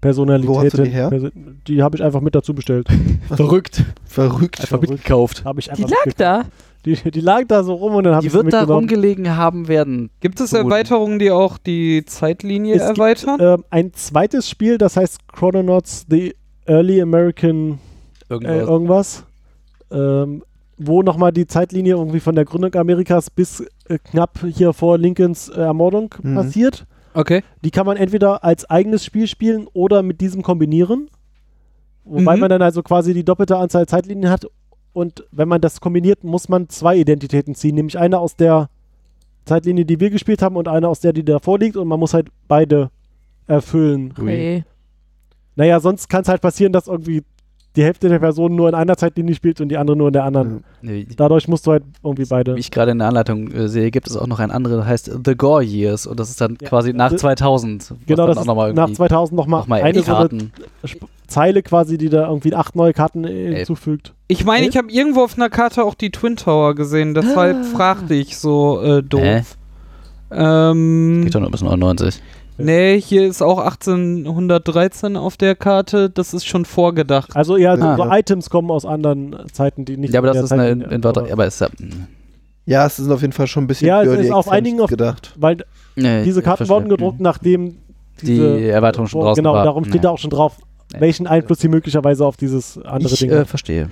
A: Personalitäten.
D: Wo hast du die her?
A: Perso- die habe ich einfach mit dazu bestellt.
B: Verrückt.
D: Verrückt.
B: Einfach mitgekauft.
A: Habe ich
E: Die
A: einfach
E: lag
A: mitge-
E: da.
A: Die, die lag da so rum und dann habe
B: Die
A: ich sie
B: wird da
A: mitgenommen.
B: rumgelegen haben werden.
C: Gibt es
B: Vermuten.
C: Erweiterungen, die auch die Zeitlinie
A: Es gibt,
C: erweitern?
A: ähm, ein zweites Spiel, das heißt Chrononauts The Early American äh,
B: Irgendwas.
A: irgendwas, ähm, wo nochmal die Zeitlinie irgendwie von der Gründung Amerikas bis äh, knapp hier vor Lincolns äh, Ermordung
D: Mhm.
A: passiert.
C: okay.
A: Die kann man entweder als eigenes Spiel spielen oder mit diesem kombinieren. Wobei
C: Mhm.
A: man dann also quasi die doppelte Anzahl Zeitlinien hat. Und wenn man das kombiniert, muss man zwei Identitäten ziehen. Nämlich eine aus der Zeitlinie, die wir gespielt haben und eine aus der, die davor liegt. Und man muss halt beide erfüllen.
E: Okay.
A: Naja, sonst kann es halt passieren, dass irgendwie die Hälfte der Personen nur in einer Zeitlinie spielt und die andere nur in der anderen.
B: Nee, wie
A: Dadurch musst du halt irgendwie beide.
B: ich gerade in der Anleitung äh, sehe, gibt es auch noch ein anderes, das heißt The Gore Years. Und das ist dann
A: Ja,
B: quasi nach
A: das-
B: 2000. was
A: Genau,
B: dann
A: das
B: auch
A: ist
B: nochmal
A: nach 2000 nochmal
B: nochmal
A: eine so eine
B: Karten.
A: Zeile quasi, die da irgendwie acht neue Karten äh, hinzufügt.
C: Ich meine,
A: Elf?
C: ich habe irgendwo auf einer Karte auch die Twin Tower gesehen, deshalb
A: Ah.
C: fragte ich so äh, doof.
B: Hä?
C: Ähm,
B: Geht doch nur bis 99.
C: nee, hier ist auch 1813 auf der Karte, das ist schon vorgedacht.
A: Also ja, so-
B: Ah.
A: so Items kommen aus anderen äh, Zeiten, die nicht
B: Ja, aber
A: in
B: das
A: der
B: ist eine
A: Zeitlinie-
B: Inverter.
A: aber-
B: Aber es ist ja.
D: Ja, es ist auf jeden Fall schon ein bisschen
A: Ja, es
D: für die
A: ist auf
D: Expansion
A: einigen auf-
D: gedacht.
A: Weil
B: Nee,
A: diese
B: ich
A: Karten
B: verstehe. Mhm.
A: wurden gedruckt, nachdem
B: Die
A: diese,
B: Erweiterung schon draußen
A: Genau,
B: war.
A: darum steht
B: Ja.
A: da auch schon drauf,
B: Nee.
A: welchen Einfluss sie möglicherweise auf dieses andere
B: Ich
A: Ding
B: äh,
A: haben.
B: verstehe.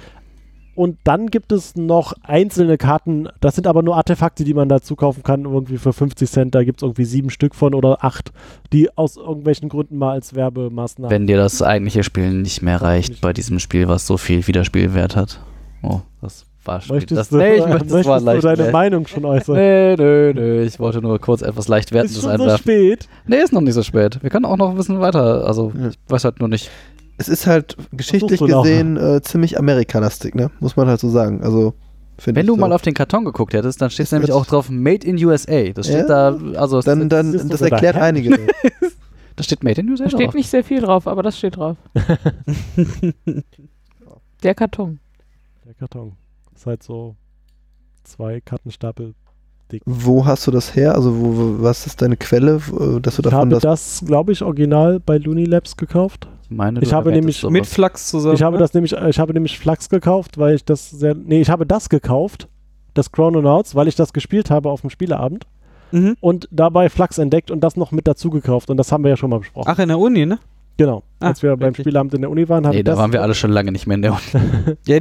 A: Und dann gibt es noch einzelne Karten, das sind aber nur Artefakte, die man dazu kaufen kann, irgendwie für 50 Cent. Da gibt es irgendwie sieben Stück von oder acht, die aus irgendwelchen Gründen mal als Werbemaßnahmen.
B: Wenn dir das eigentliche Spiel nicht mehr reicht bei diesem Spiel, was so viel Wiederspielwert hat. Oh, das war schon.
A: möchtest
B: das,
A: du,
B: nee, ich
A: äh,
B: möchte, das
A: möchtest
B: war
A: du
B: leicht.
A: deine
B: nee.
A: Meinung schon äußern?
B: nee, nö, nö, ich wollte nur kurz etwas
A: ist
B: Leichtwertendes
A: schon so
B: einwerfen.
A: spät.
B: nee, ist noch nicht so spät. Wir können auch noch ein bisschen weiter. Also,
D: Ja.
B: ich weiß halt nur nicht.
D: Es ist halt geschichtlich
A: suchst du noch?
D: gesehen äh, ziemlich Amerikalastik, ne? Muss man halt so sagen. Also, finde
B: Wenn
D: ich
B: du
D: so.
B: mal auf den Karton geguckt hättest, dann steht
D: Ist
B: nämlich
D: das-
B: auch drauf Made in USA. Das steht
D: Ja,
B: da, also es-
D: Dann, dann,
A: Siehst du
D: das
A: sogar.
D: erklärt einige.
B: das steht Made in USA
E: Da steht
B: drauf.
E: nicht sehr viel drauf, aber das steht drauf. Der Karton.
A: Der Karton ist halt so zwei Kartenstapel.
D: Wo hast du das her? Also, wo, wo, was ist deine Quelle, wo- dass du
A: Ich
D: davon
A: habe
D: das.
A: das, glaube ich, original bei Looney Labs gekauft.
B: Ich meine, du
A: Ich habe
B: erwähntest
A: nämlich
B: sowas.
C: Mit Flachs zusammen.
A: Ich habe
C: ne?
A: das nämlich, ich habe nämlich Flachs gekauft, weil ich das sehr, nee, ich habe das gekauft, das Chrononauts, weil ich das gespielt habe auf dem Spieleabend
C: Mhm.
A: und dabei Flachs entdeckt und das noch mit dazu gekauft und das haben wir ja schon mal besprochen.
C: Ach, in der Uni, ne?
A: genau.
C: ah,
A: Als wir beim
C: richtig.
A: Spieleabend in der Uni waren, habe
B: Nee,
A: ich
B: da
A: das,
B: waren wir alle schon lange nicht mehr in der Uni.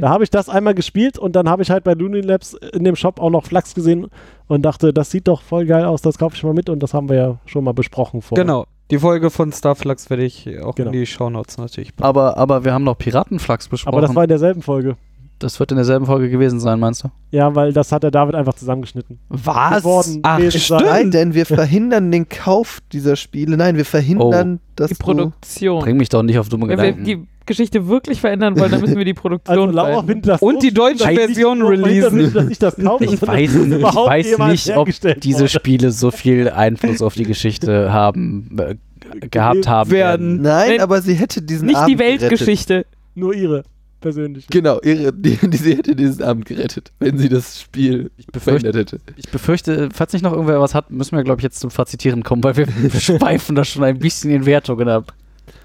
A: da habe ich das einmal gespielt und dann habe ich halt bei Looney Labs in dem Shop auch noch Flachs gesehen und dachte, das sieht doch voll geil aus, das kaufe ich mal mit und das haben wir ja schon mal besprochen vorher.
C: Genau. Die Folge von Starflux werde ich auch
A: Genau.
C: in die Shownotes natürlich packen.
B: Aber, aber wir haben noch Piratenflachs besprochen.
A: Aber das war in derselben Folge.
B: Das wird in derselben Folge gewesen sein, meinst du?
A: Ja, weil das hat der David einfach zusammengeschnitten.
B: Was?
A: Geworden
C: Ach,
A: gewesen sein.
C: stimmt.
D: Nein, denn wir verhindern den Kauf dieser Spiele. Nein, wir verhindern, dass
E: die
D: du.
E: Produktion.
B: Bring mich doch nicht auf dumme
E: Wenn wir
B: Gedanken.
E: die Geschichte wirklich verändern wollen, dann müssen wir die
A: Also
E: Produktion
A: Laura
E: verändern.
A: findet das
C: Und die
A: so schlimm,
C: deutsche
A: dass ich nicht
C: Version
A: nur verhindern will,
C: releasen.
A: Dass ich das kaufe,
B: Ich
A: sondern
B: weiß,
A: dass
B: nicht, ich
A: überhaupt
B: weiß
A: jemals
B: nicht, ob
A: hergestellt
B: diese
A: wurde.
B: Spiele so viel Einfluss auf die Geschichte haben, äh, g- gehabt haben werden.
C: werden.
D: Nein,
E: Nein,
D: aber sie hätte diesen
E: Nicht
D: Abend
E: die
D: gerettet.
E: Weltgeschichte.
A: Nur ihre persönliche.
D: Genau, ihre, die, die, sie hätte diesen Abend gerettet, wenn sie das Spiel verändert hätte.
B: Ich befürchte, falls nicht noch irgendwer was hat, müssen wir, glaube ich, jetzt zum Fazitieren kommen, weil wir schweifen da schon ein bisschen in Wertungen ab.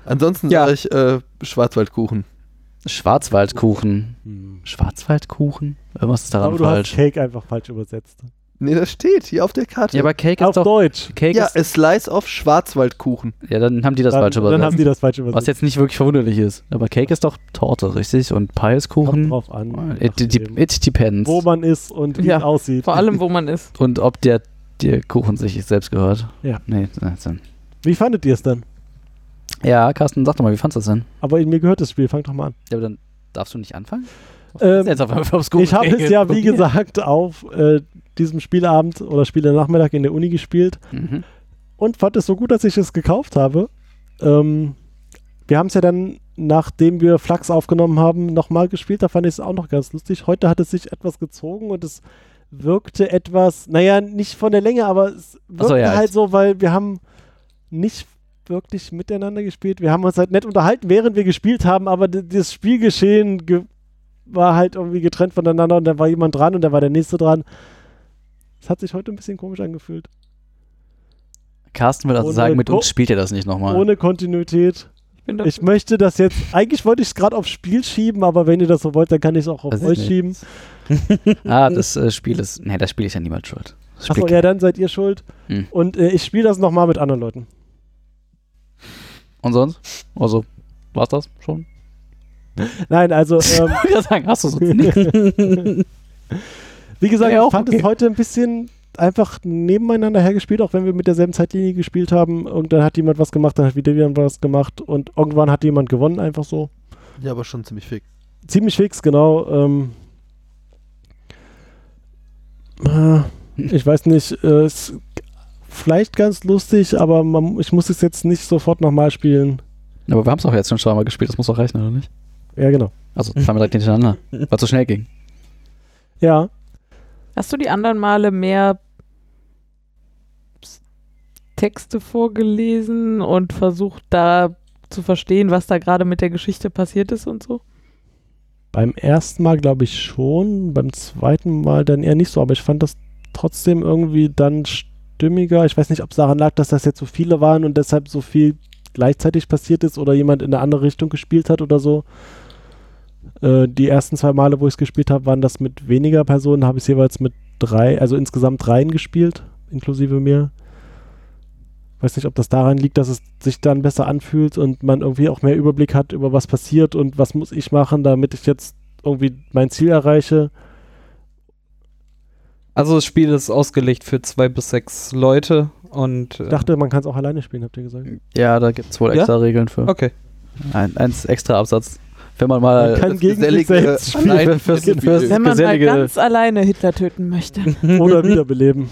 D: Ansonsten
C: Ja.
D: sage ich äh, Schwarzwaldkuchen.
B: Schwarzwaldkuchen. Schwarzwaldkuchen? Irgendwas ist daran
A: Hm. Aber du
B: falsch.
A: hast Cake einfach falsch übersetzt.
D: Nee, das steht hier auf der Karte.
B: Ja, aber Cake
A: Auf
B: ist doch.
A: Deutsch.
B: Cake
D: ja,
B: ist,
D: a Slice of Schwarzwaldkuchen.
B: ja, dann haben die das
A: dann,
B: falsch
A: dann haben
B: übersetzt.
A: die das falsch
B: Was
A: übersetzt.
B: jetzt nicht wirklich verwunderlich ist. Aber Cake ist doch Torte, richtig? Und Pie ist
A: Kommt
B: Kuchen. Äh,
A: drauf an.
B: It, it,
A: nachdem,
B: it depends.
A: Wo man ist und wie
E: Ja.
A: es aussieht.
E: Vor allem, wo man ist.
B: Und ob der, der Kuchen sich selbst gehört.
A: Ja.
B: Nee, das dann.
A: Wie fandet ihr es denn?
B: Ja, Carsten, sag doch mal, wie fandst du das denn?
A: Aber mir gehört das Spiel, fang doch mal an.
B: Ja, aber dann darfst du nicht anfangen?
A: Ähm,
B: Jetzt auf einmal aufs
A: ich habe es
B: Kuchen-
A: ja, wie gesagt, auf äh, diesem Spieleabend oder Spielenachmittag in der Uni gespielt
B: Mhm.
A: und fand es so gut, dass ich es gekauft habe. Ähm, wir haben es ja dann, nachdem wir Flachs aufgenommen haben, nochmal gespielt. Da fand ich es auch noch ganz lustig. Heute hat es sich etwas gezogen und es wirkte etwas, naja, nicht von der Länge, aber es wirkte
B: ja,
A: halt
B: jetzt-
A: so, weil wir haben nicht wirklich miteinander gespielt. Wir haben uns halt nett unterhalten, während wir gespielt haben, aber d- das Spielgeschehen ge war halt irgendwie getrennt voneinander und da war jemand dran und da war der nächste dran. Es hat sich heute ein bisschen komisch angefühlt.
B: Carsten will also
A: Ohne
B: sagen, mit
A: Ko-
B: uns spielt er das nicht nochmal.
A: Ohne Kontinuität.
E: Ich bin
A: Ich möchte das jetzt, eigentlich wollte ich es gerade aufs Spiel schieben, aber wenn ihr das so wollt, dann kann ich es auch auf
B: Das ist
A: euch
B: nicht.
A: schieben.
B: Ah, das äh, Spiel ist. Nee, das Spiel ist ja niemand schuld. Das Spiel,
A: Achso, ja, dann seid ihr schuld.
B: Hm.
A: Und äh, ich spiele das nochmal mit anderen Leuten.
B: Und sonst? Also, war's das schon?
A: Ähm. Nein, also, ähm,
B: Ich wollte sagen, hast du sonst nichts?
A: wie gesagt,
B: Ja,
A: ich fand
B: okay.
A: es heute ein bisschen einfach nebeneinander hergespielt, auch wenn wir mit derselben Zeitlinie gespielt haben. Irgendwann hat jemand was gemacht, dann hat wieder jemand was gemacht und irgendwann hat jemand gewonnen, einfach so.
D: Ja, aber schon ziemlich fix.
A: ziemlich fix, genau. Ähm, äh, ich weiß nicht, äh, ist vielleicht ganz lustig, aber man, ich muss es jetzt nicht sofort nochmal spielen.
B: Aber wir haben es auch jetzt schon zweimal gespielt, das muss doch reichen, oder nicht?
A: Ja, genau.
B: Also zweimal direkt hintereinander, weil es so schnell ging.
A: Ja,
E: Hast du die anderen Male mehr Texte vorgelesen und versucht da zu verstehen, was da gerade mit der Geschichte passiert ist und so?
A: beim ersten Mal glaube ich schon, beim zweiten Mal dann eher nicht so, aber ich fand das trotzdem irgendwie dann stimmiger. Ich weiß nicht, ob es daran lag, dass das jetzt so viele waren und deshalb so viel gleichzeitig passiert ist oder jemand in eine andere Richtung gespielt hat oder so. Äh, die ersten zwei Male, wo ich es gespielt habe, waren das mit weniger Personen, habe ich es jeweils mit drei, also insgesamt dreien gespielt, inklusive mir. Weiß nicht, ob das daran liegt, dass es sich dann besser anfühlt und man irgendwie auch mehr Überblick hat über was passiert und was muss ich machen, damit ich jetzt irgendwie mein Ziel erreiche.
C: Also das Spiel ist ausgelegt für zwei bis sechs Leute und äh,
A: Ich dachte, man kann es auch alleine spielen, habt ihr gesagt.
B: Ja, da gibt es wohl
C: Ja?
B: extra Regeln für.
C: okay.
B: Ein, eins extra Absatz. Wenn man
A: Man
B: mal.
A: kann
D: Äh, das
A: gegen sich
D: gesellige- äh,
A: selbst spielen
D: Nein,
B: Nein, fürs,
D: Spiel.
B: fürs
E: Wenn man mal
B: gesellige.
E: ganz alleine Hitler töten möchte.
A: oder wiederbeleben.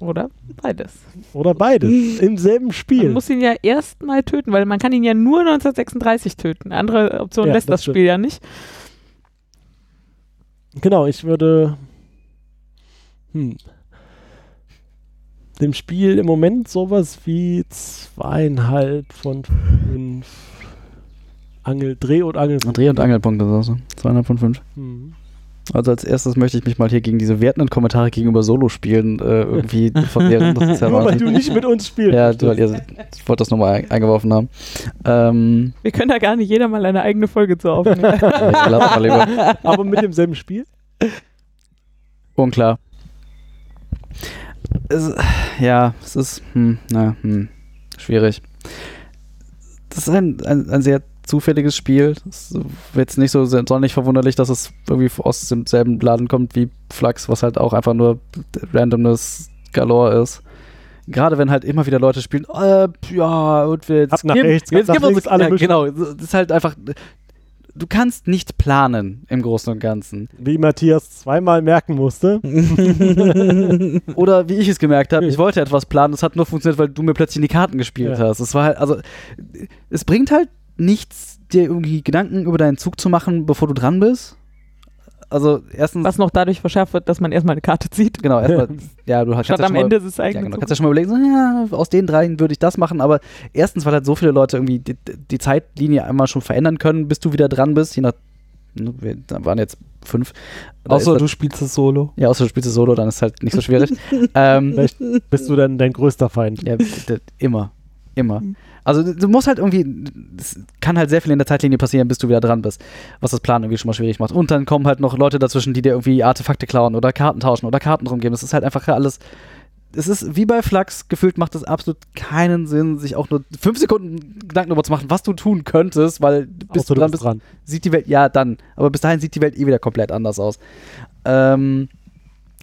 E: Oder beides.
A: Oder beides. Im selben
E: Man
A: Spiel.
E: muss ihn ja erstmal töten, weil man kann ihn ja nur 1936 töten. Andere Option
A: Ja,
E: lässt
A: das
E: das Spiel ja nicht.
A: Genau, ich würde hm, dem Spiel im Moment sowas wie zweieinhalb von fünf Angel, Dreh- und Angelpunkten.
B: Dreh- und Angelpunkt, das ist auch so. Zweieinhalb von fünf.
A: Hm.
B: Also als erstes möchte ich mich mal hier gegen diese wertenden Kommentare gegenüber Solo-Spielen äh, irgendwie verwehren. Das ist ja
A: Nur weil du
B: Wahnsinn.
A: nicht mit uns spielst.
B: Ja, du, halt weil ihr, ich wollte das nochmal ein- eingeworfen haben. Ähm,
E: Wir können da gar nicht jeder mal eine eigene Folge zu aufnehmen.
B: ja, ich lass mal lieber.
A: Aber mit demselben Spiel?
B: Unklar. Es, ja, es ist, hm, na, hm, schwierig. Das ist ein, ein, ein sehr zufälliges Spiel. Es ist jetzt nicht so sehr- soll nicht verwunderlich, dass es irgendwie aus demselben Laden kommt wie Flux, was halt auch einfach nur Randomness galore ist. Gerade wenn halt immer wieder Leute spielen, äh, ja, und wir jetzt
A: Ab nach
B: geben,
A: rechts, ab
B: jetzt
A: nach
B: geben wir
A: links,
B: uns,
A: alle
B: ja,
A: mischen.
B: genau, das ist halt einfach du kannst nicht planen im Großen und Ganzen.
A: Wie Matthias zweimal merken musste.
B: Oder wie ich es gemerkt habe, ich wollte etwas planen, es hat nur funktioniert, weil du mir plötzlich in die Karten gespielt
A: Ja.
B: hast. Es war halt, also, es bringt halt nichts, dir irgendwie Gedanken über deinen Zug zu machen, bevor du dran bist. Also, erstens,
E: Was noch dadurch verschärft wird, dass man erstmal eine Karte zieht.
B: genau, erstmal, ja, du hast
E: Statt
B: ja schon
E: am
B: mal-
E: Ende ist es
B: Ja,
E: eigentlich.
B: genau. Kannst ja schon mal überlegen, so, ja, aus den dreien würde ich das machen, aber erstens, weil halt so viele Leute irgendwie die, die Zeitlinie einmal schon verändern können, bis du wieder dran bist, je nach, ne, wir da waren jetzt fünf. Da
C: Außer
B: ist
C: du
B: das,
C: spielst es solo.
B: Ja, außer du spielst es Solo, dann ist halt nicht so schwierig. ähm,
A: Vielleicht bist du dann dein größter Feind.
B: ja, d- d- immer. Immer. Also du- du musst halt irgendwie, es kann halt sehr viel in der Zeitlinie passieren, bis du wieder dran bist, was das Plan irgendwie schon mal schwierig macht. Und dann kommen halt noch Leute dazwischen, die dir irgendwie Artefakte klauen oder Karten tauschen oder Karten rumgeben. Das ist halt einfach alles, es ist wie bei Flachs, gefühlt macht es absolut keinen Sinn, sich auch nur fünf Sekunden Gedanken darüber zu machen, was du tun könntest, weil bis
A: Außer
B: du
A: du
B: dran
A: bist
B: bist,
A: dran.
B: sieht die Welt, ja, dann. Aber bis dahin sieht die Welt eh wieder komplett anders aus. Ähm,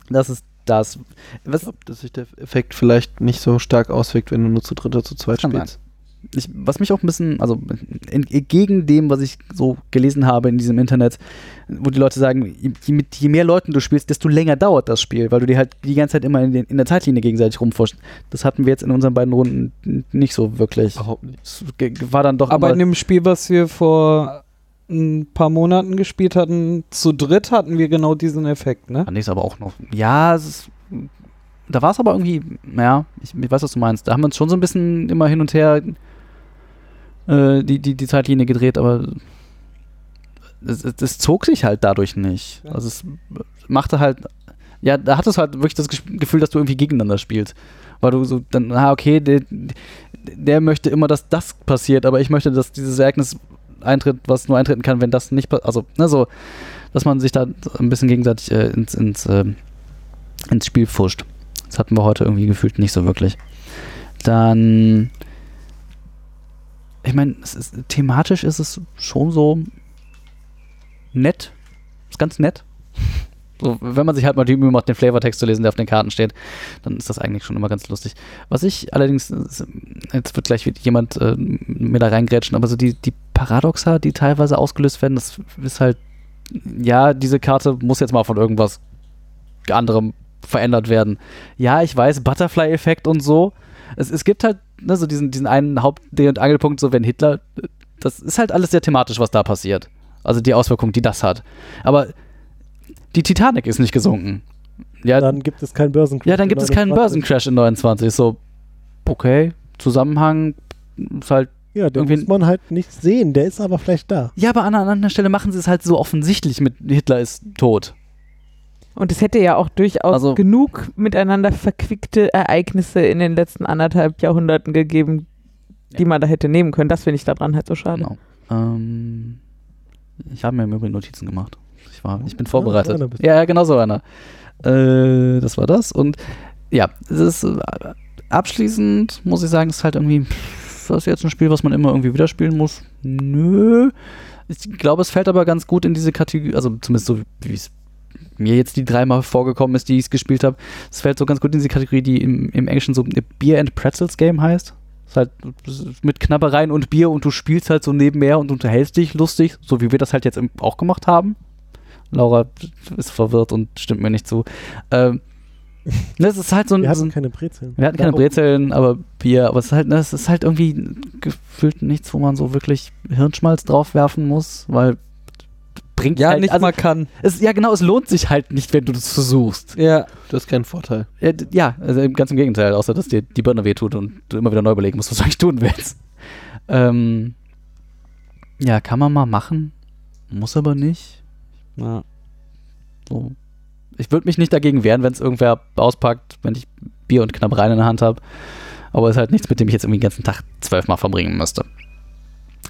B: das ist das. Was,
D: glaube, dass sich der Effekt vielleicht nicht so stark auswirkt, wenn du nur zu dritt oder zu zweit
B: Kann
D: spielst.
B: ich, was mich auch ein bisschen, also in, gegen dem, was ich so gelesen habe in diesem Internet, wo die Leute sagen, je, je mit, je mehr Leuten du spielst, desto länger dauert das Spiel, weil du dir halt die ganze Zeit immer in, den, in der Zeitlinie gegenseitig rumforscht. Das hatten wir jetzt in unseren beiden Runden n- nicht so wirklich.
D: Überhaupt nicht.
B: Es ge- war dann doch
C: Aber in
B: immer-
C: dem Spiel, was wir vor ein paar Monaten gespielt hatten, zu dritt hatten wir genau diesen Effekt, ne?
B: Ah, nee, ist aber auch noch. Ja, es ist, da war es aber irgendwie, ja, ich, ich weiß, was du meinst. Da haben wir uns schon so ein bisschen immer hin und her äh, die, die, die Zeitlinie gedreht, aber es, es, es zog sich halt dadurch nicht.
C: Ja.
B: Also es machte halt, ja, da hattest du halt wirklich das Gesp- Gefühl, dass du irgendwie gegeneinander spielst. Weil du so, dann, ah, okay, der, der möchte immer, dass das passiert, aber ich möchte, dass dieses Ereignis eintritt, was nur eintreten kann, wenn das nicht passiert. Also, ne, so, dass man sich da ein bisschen gegenseitig äh, ins, ins, ähm, ins Spiel pfuscht. Das hatten wir heute irgendwie gefühlt nicht so wirklich. Dann. Ich meine, es ist, thematisch ist es schon so nett. Ist ganz nett. So, wenn man sich halt mal die Mühe macht, den Flavortext zu lesen, der auf den Karten steht, dann ist das eigentlich schon immer ganz lustig. Was ich allerdings, ist, jetzt wird gleich wieder jemand äh, mir da reingrätschen, aber so die, die Paradoxa, die teilweise ausgelöst werden, das ist halt ja, diese Karte muss jetzt mal von irgendwas anderem verändert werden. Ja, ich weiß, Butterfly-Effekt und so. Es, es gibt halt ne, so diesen, diesen einen Haupt-Dreh- und Angelpunkt, so wenn Hitler, das ist halt alles sehr thematisch, was da passiert. Also die Auswirkung, die das hat. Aber die Titanic ist nicht gesunken. Ja,
A: Dann gibt es keinen Genau, Börsencrash.
B: ja, dann gibt es keinen
A: Börsencrash.
B: Börsencrash in 29. So, okay, Zusammenhang ist halt
A: Ja, den
B: Irgendwie-
A: muss man halt nicht sehen. Der ist aber vielleicht da.
B: ja, aber an einer anderen Stelle machen sie es halt so offensichtlich mit Hitler ist tot.
E: Und es hätte ja auch durchaus
B: Also-
E: genug miteinander verquickte Ereignisse in den letzten anderthalb Jahrhunderten gegeben, die man da hätte nehmen können. Das finde ich daran halt so schade.
B: Genau. Ähm, ich habe mir im Übrigen Notizen gemacht. Ich, war, ich bin vorbereitet.
A: so einer bist
B: Ja, ja, genau so einer. Äh, das war das. Und ja, es ist äh, abschließend, muss ich sagen, ist halt irgendwie, pff, das ist jetzt ein Spiel, was man immer irgendwie wieder spielen muss. Nö. Ich glaube, es fällt aber ganz gut in diese Kategorie, also zumindest so, wie es mir jetzt die dreimal vorgekommen ist, die ich es gespielt habe. Es fällt so ganz gut in diese Kategorie, die im, im Englischen so Beer and Pretzels Game heißt. Ist halt mit Knabbereien und Bier und du spielst halt so nebenher und unterhältst dich lustig, so wie wir das halt jetzt im- auch gemacht haben. Laura ist verwirrt und stimmt mir nicht zu. Ähm, das ist halt so ein.
A: Wir
B: so
A: hatten
B: ein
A: keine Brezeln.
B: wir hatten keine Brezeln, aber Bier. Aber es ist halt, ne, es ist halt irgendwie gefühlt nichts, wo man so wirklich Hirnschmalz draufwerfen muss, weil bringt
C: Ja,
B: halt,
C: nicht
B: also
C: mal kann.
B: es, ja genau, es lohnt sich halt nicht, wenn du das versuchst.
C: Ja,
D: Du hast keinen Vorteil.
B: Ja, d- Ja, also ganz im Gegenteil, außer dass dir die Birne wehtut und du immer wieder neu überlegen musst, was du eigentlich tun willst. Ähm, ja, kann man mal machen, muss aber nicht.
C: ja.
B: So. Ich würde mich nicht dagegen wehren, wenn es irgendwer auspackt, wenn ich Bier und Knabbereien in der Hand habe. Aber es ist halt nichts, mit dem ich jetzt irgendwie den ganzen Tag zwölfmal verbringen müsste.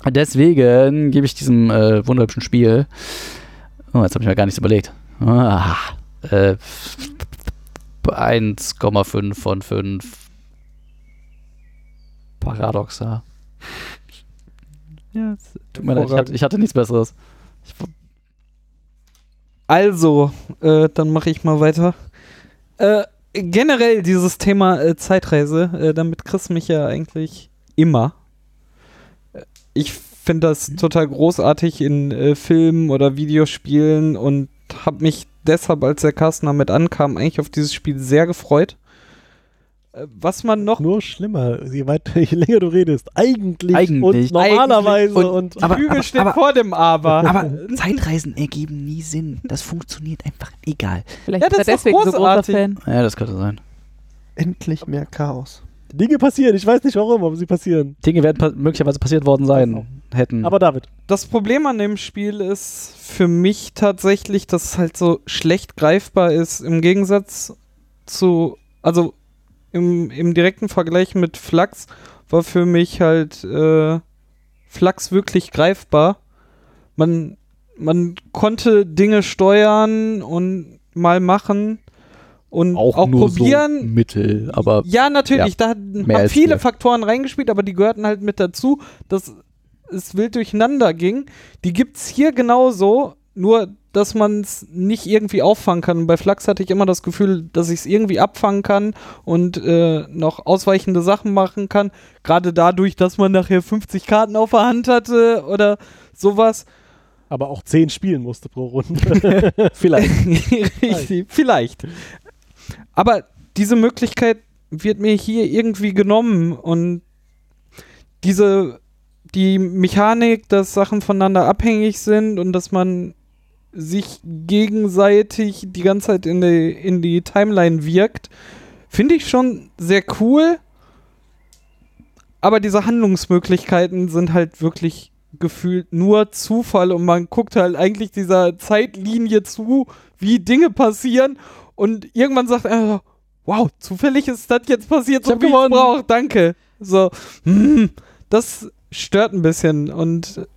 B: Deswegen gebe ich diesem äh, wunderhübschen Spiel. Oh, jetzt habe ich mir gar nichts überlegt. Ah, äh, 1,5 von 5. Paradoxa. Ja, es tut mir leid, ich hatte, ich hatte nichts Besseres. Ich,
C: Also, äh, dann mache ich mal weiter. Äh, generell dieses Thema äh, Zeitreise, äh, damit Chris mich ja eigentlich immer. Äh, Ich finde das
B: Mhm.
C: total großartig in äh, Filmen oder Videospielen und habe mich deshalb, als der Carsten damit ankam, eigentlich auf dieses Spiel sehr gefreut. Äh, Was man noch
A: Nur schlimmer, je, weiter, je länger du redest. Eigentlich, und
B: Eigentlich.
A: normalerweise
B: Eigentlich
A: und,
B: aber-
C: Bügel steht
B: aber-
C: vor dem Aber.
B: Aber Zeitreisen ergeben nie Sinn. Das funktioniert einfach egal.
E: Vielleicht
C: Ja,
E: ist er
C: das ist doch
E: deswegen so großer
C: großartig.
E: Fan.
B: Ja, das könnte sein.
D: Endlich mehr Chaos.
A: Dinge passieren. Ich weiß nicht warum, aber sie passieren.
B: Dinge werden pa möglicherweise passiert worden sein. Hätten.
A: Aber David,
C: Das Problem an dem Spiel ist für mich tatsächlich, dass es halt so schlecht greifbar ist im Gegensatz zu, also im, im direkten Vergleich mit Flachs war für mich halt äh, Flachs wirklich greifbar. Man, man konnte Dinge steuern und mal machen und auch, probieren.
B: so Mittel, aber
C: Ja, natürlich. Da haben
B: als
C: viele
B: wir.
C: Faktoren reingespielt, aber die gehörten halt mit dazu, dass es wild durcheinander ging. Die gibt es hier genauso, nur dass man es nicht irgendwie auffangen kann. Bei Flachs hatte ich immer das Gefühl, dass ich es irgendwie abfangen kann und äh, noch ausweichende Sachen machen kann. Gerade dadurch, dass man nachher 50 Karten auf der Hand hatte oder sowas.
A: aber auch zehn spielen musste pro Runde.
B: vielleicht.
C: Richtig, vielleicht. Aber diese Möglichkeit wird mir hier irgendwie genommen und diese die Mechanik, dass Sachen voneinander abhängig sind und dass man sich gegenseitig die ganze Zeit in die, in die Timeline wirkt, finde ich schon sehr cool. Aber diese Handlungsmöglichkeiten sind halt wirklich gefühlt nur Zufall und man guckt halt eigentlich dieser Zeitlinie zu, wie Dinge passieren und irgendwann sagt er, wow, zufällig ist das jetzt passiert,
B: Ich
C: so
B: hab
C: wie ich
B: gewonnen."
C: brauche, danke. So, hm, das stört ein bisschen und